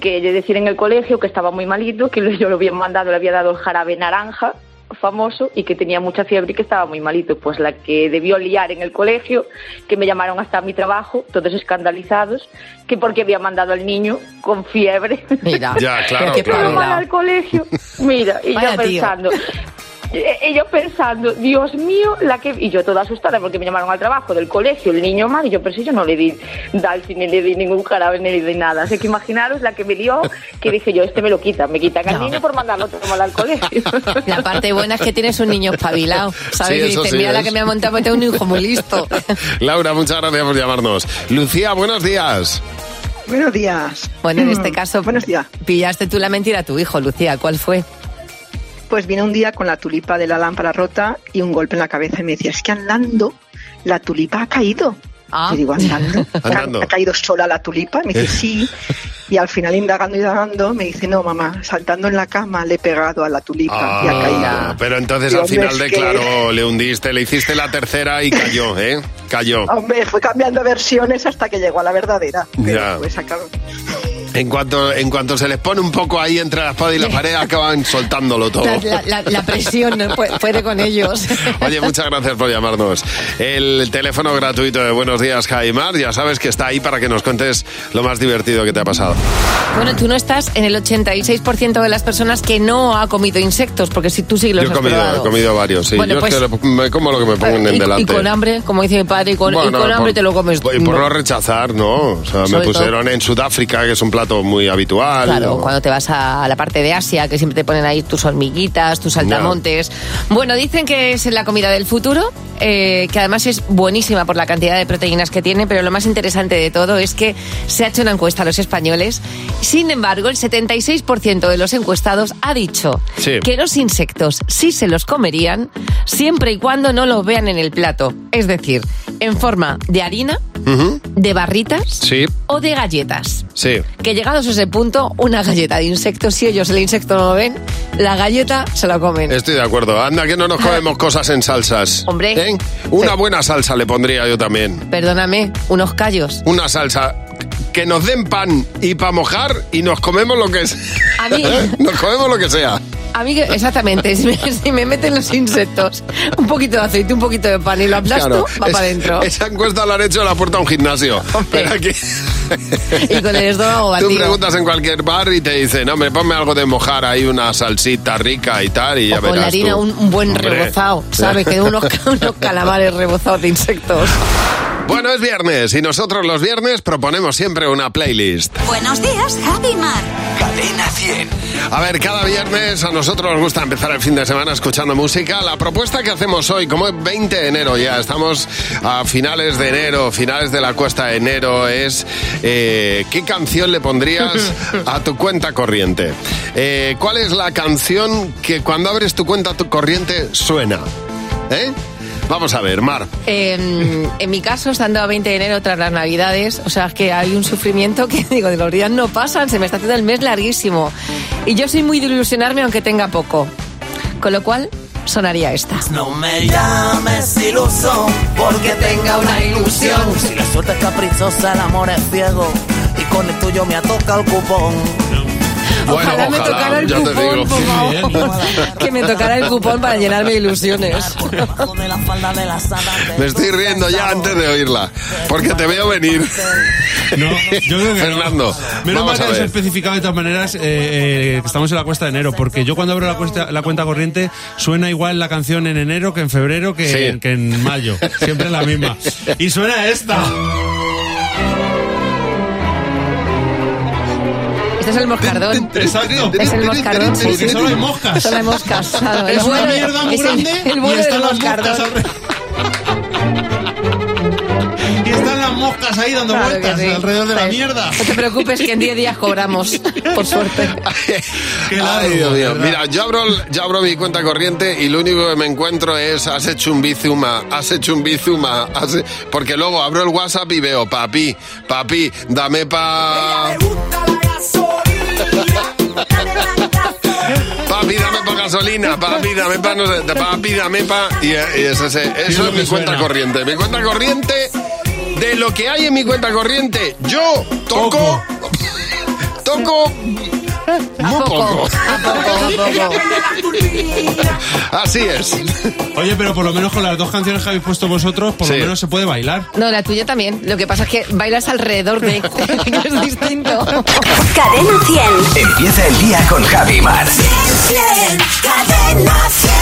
Speaker 16: que de decir en el colegio que estaba muy malito, que lo- yo lo había mandado, le había dado el jarabe naranja famoso y que tenía mucha fiebre y que estaba muy malito. Pues la que debió liar en el colegio, que me llamaron hasta mi trabajo, todos escandalizados, que porque había mandado al niño con fiebre.
Speaker 4: Mira,
Speaker 3: Ya, claro,
Speaker 16: que
Speaker 3: claro.
Speaker 16: estaba mal al colegio. Mira, y
Speaker 4: Vaya
Speaker 16: yo
Speaker 4: tío.
Speaker 16: pensando, y yo Eh, pensando, Dios mío, la que... Y yo toda asustada porque me llamaron al trabajo del colegio, el niño mal, y yo, pero si yo no le di Dalsi, ni le di ningún jarabe, ni le di nada. Así que imaginaros la que me dio, que dije yo, este me lo quita, me quita al niño por mandarlo todo mal al colegio.
Speaker 4: La parte buena es que tienes un niño espabilado, ¿sabes?
Speaker 3: Sí,
Speaker 4: que
Speaker 3: eso
Speaker 4: dices,
Speaker 3: sí
Speaker 4: mira la
Speaker 3: es.
Speaker 4: que me ha montado, porque tengo un hijo muy listo.
Speaker 3: Laura, muchas gracias por llamarnos. Lucía, buenos días.
Speaker 18: Buenos días. Mm,
Speaker 4: Bueno, en este caso, pillaste tú la mentira a tu hijo, Lucía. ¿Cuál fue?
Speaker 18: Pues vine un día con la tulipa de la lámpara rota y un golpe en la cabeza y me decía, es que andando la tulipa ha caído. Y digo, andando.
Speaker 3: Ah. Andando. Eh.
Speaker 18: ¿Ha caído sola la tulipa? Y me dice, sí. Y al final indagando y indagando me dice, no, mamá, saltando en la cama le he pegado a la tulipa y ha
Speaker 3: Ah,
Speaker 18: caído.
Speaker 3: pero entonces
Speaker 18: Digo,
Speaker 3: al final
Speaker 18: hombre,
Speaker 3: de
Speaker 18: es que-
Speaker 3: claro, le hundiste, le hiciste la tercera y cayó, ¿eh? Cayó.
Speaker 18: Hombre, fue cambiando versiones hasta que llegó a la verdadera.
Speaker 3: Ya.
Speaker 18: Pues acabó.
Speaker 3: En cuanto, en cuanto se les pone un poco ahí entre la espada y la pared, acaban soltándolo todo.
Speaker 4: La, la- la- la presión ¿no? Pu- puede con ellos.
Speaker 3: Oye, muchas gracias por llamarnos. El teléfono gratuito de Buenos Días, Jaimar, ya sabes que está ahí para que nos cuentes lo más divertido que te ha pasado.
Speaker 4: Bueno, tú no estás en el 86% de las personas que no ha comido insectos, porque si tú sí los
Speaker 3: Yo he
Speaker 4: has
Speaker 3: comido,
Speaker 4: probado.
Speaker 3: he comido varios, sí.
Speaker 4: Bueno,
Speaker 3: Yo es
Speaker 4: pues-
Speaker 3: que lo- me como lo que me pongan en
Speaker 4: Y-
Speaker 3: delante.
Speaker 4: Y con hambre, como dice mi padre, y con, y
Speaker 3: Bueno,
Speaker 4: con hambre
Speaker 3: por-
Speaker 4: te lo comes.
Speaker 3: Y por no rechazar, ¿no? O sea, me
Speaker 4: Sobre
Speaker 3: pusieron en Sudáfrica, que es un plato muy habitual.
Speaker 4: Claro,
Speaker 3: ¿no?
Speaker 4: cuando te vas a la parte de Asia, que siempre te ponen ahí tus hormiguitas, tus saltamontes. Bueno, dicen que es la comida del futuro, eh, que además es buenísima por la cantidad de proteínas que tiene, pero lo más interesante de todo es que se ha hecho una encuesta a los españoles. Sin embargo, el 76% de los encuestados ha dicho
Speaker 20: Sí.
Speaker 4: que los insectos sí se los comerían siempre y cuando no los vean en el plato. Es decir, en forma de harina,
Speaker 3: Ujú.
Speaker 4: de barritas
Speaker 3: Sí,
Speaker 4: o de galletas
Speaker 3: sí.
Speaker 4: que llegados a ese punto, una galleta de insectos, si ellos el insecto no lo ven, la galleta se la comen.
Speaker 3: Estoy de acuerdo. Anda, que no nos comemos cosas en salsas.
Speaker 4: Hombre.
Speaker 3: ¿Eh? Una buena salsa le pondría yo también.
Speaker 4: Perdóname, unos callos.
Speaker 3: Una salsa que nos den pan y para mojar y nos comemos lo que es.
Speaker 4: A mí-
Speaker 3: nos comemos lo que sea.
Speaker 4: A mí, que- exactamente, si me, si me meten los insectos, un poquito de aceite, un poquito de pan y lo aplasto,
Speaker 3: Claro,
Speaker 4: va
Speaker 3: es-
Speaker 4: para adentro.
Speaker 3: Esa encuesta la han hecho en la puerta a un gimnasio. Pero aquí-
Speaker 4: Y con el estómago
Speaker 3: Tú
Speaker 4: batido.
Speaker 3: preguntas en cualquier bar y te dicen, hombre, ponme algo de mojar ahí, una salsita rica y tal, y ya
Speaker 4: O con
Speaker 3: verás
Speaker 4: la harina,
Speaker 3: tú.
Speaker 4: un, un buen
Speaker 3: Hombre.
Speaker 4: rebozado, ¿sabes? Que unos, ca- unos calamares rebozados de insectos.
Speaker 3: Bueno, es viernes y nosotros los viernes proponemos siempre una playlist.
Speaker 19: Buenos días, Javi y Mar.
Speaker 2: Cadena 100.
Speaker 3: A ver, cada viernes a nosotros nos gusta empezar el fin de semana escuchando música. La propuesta que hacemos hoy, como es 20 de enero ya, estamos a finales de enero, finales de la cuesta de enero, es eh, ¿qué canción le pondrías a tu cuenta corriente? Eh, ¿Cuál es la canción que cuando abres tu cuenta tu corriente suena? ¿Eh? Vamos a ver, Mar.
Speaker 4: Eh, en mi caso, estando a 20 de enero tras las navidades, o sea, es que hay un sufrimiento que digo, de los días no pasan, se me está haciendo el mes larguísimo. Y yo soy muy de ilusionarme aunque tenga poco. Con lo cual, sonaría esta.
Speaker 21: No me llames iluso porque tenga una ilusión. Si la suerte es caprichosa, el amor es ciego y con el tuyo me toca el cupón.
Speaker 3: Bueno,
Speaker 4: ojalá me tocara el
Speaker 3: ya te
Speaker 4: cupón,
Speaker 3: digo.
Speaker 4: por favor. que me tocara el cupón para llenarme de ilusiones.
Speaker 3: Me estoy riendo ya antes de oírla, porque te veo venir.
Speaker 8: No, yo creo que no.
Speaker 3: Fernando,
Speaker 8: Menos mal
Speaker 3: vamos
Speaker 8: que
Speaker 3: a
Speaker 8: habéis
Speaker 3: ver.
Speaker 8: especificado de todas maneras eh, eh, que estamos en la cuesta de enero, porque yo cuando abro la, cuesta- la cuenta corriente suena igual la canción en enero que en febrero que,
Speaker 3: Sí.
Speaker 8: que en mayo. Siempre la misma. Y suena esta.
Speaker 4: Este es el moscardón.
Speaker 8: Exacto.
Speaker 4: Es el moscardón. sí,
Speaker 8: Porque
Speaker 4: sí.
Speaker 8: solo hay moscas.
Speaker 4: Solo hay moscas. claro.
Speaker 8: Es
Speaker 4: El
Speaker 8: una
Speaker 4: vuelo-
Speaker 8: mierda muy
Speaker 4: es el-
Speaker 8: grande
Speaker 4: El
Speaker 8: y
Speaker 4: vuelo
Speaker 8: están
Speaker 4: del
Speaker 8: las moscas
Speaker 4: moscardón.
Speaker 8: Y están las moscas ahí dando
Speaker 4: Claro que
Speaker 8: vueltas
Speaker 4: sí.
Speaker 8: alrededor de la
Speaker 4: Sí.
Speaker 8: mierda.
Speaker 4: No te preocupes que en 10 días cobramos, por suerte.
Speaker 3: Ay, Dios mío. Mira, yo abro, el- yo abro mi cuenta corriente y lo único que me encuentro es has hecho un bizuma, has hecho un bizuma, has he-". porque luego abro el WhatsApp y veo papi, papi, dame pa... Papi, dame pa gasolina, papi, dame pa... No sé, papi, dame pa... Y, eh, y es ese- eso es mi cuenta corriente. Mi cuenta corriente, de lo que hay en mi cuenta corriente, yo toco... Toco... Muy poco. Así es.
Speaker 8: Oye, pero por lo menos con las dos canciones que habéis puesto vosotros, por lo menos se puede bailar.
Speaker 4: No, la tuya también. Lo que pasa es que bailas alrededor de. que es distinto.
Speaker 20: Cadena 100.
Speaker 19: Empieza el día con Javi Mar.
Speaker 20: Cadena 100.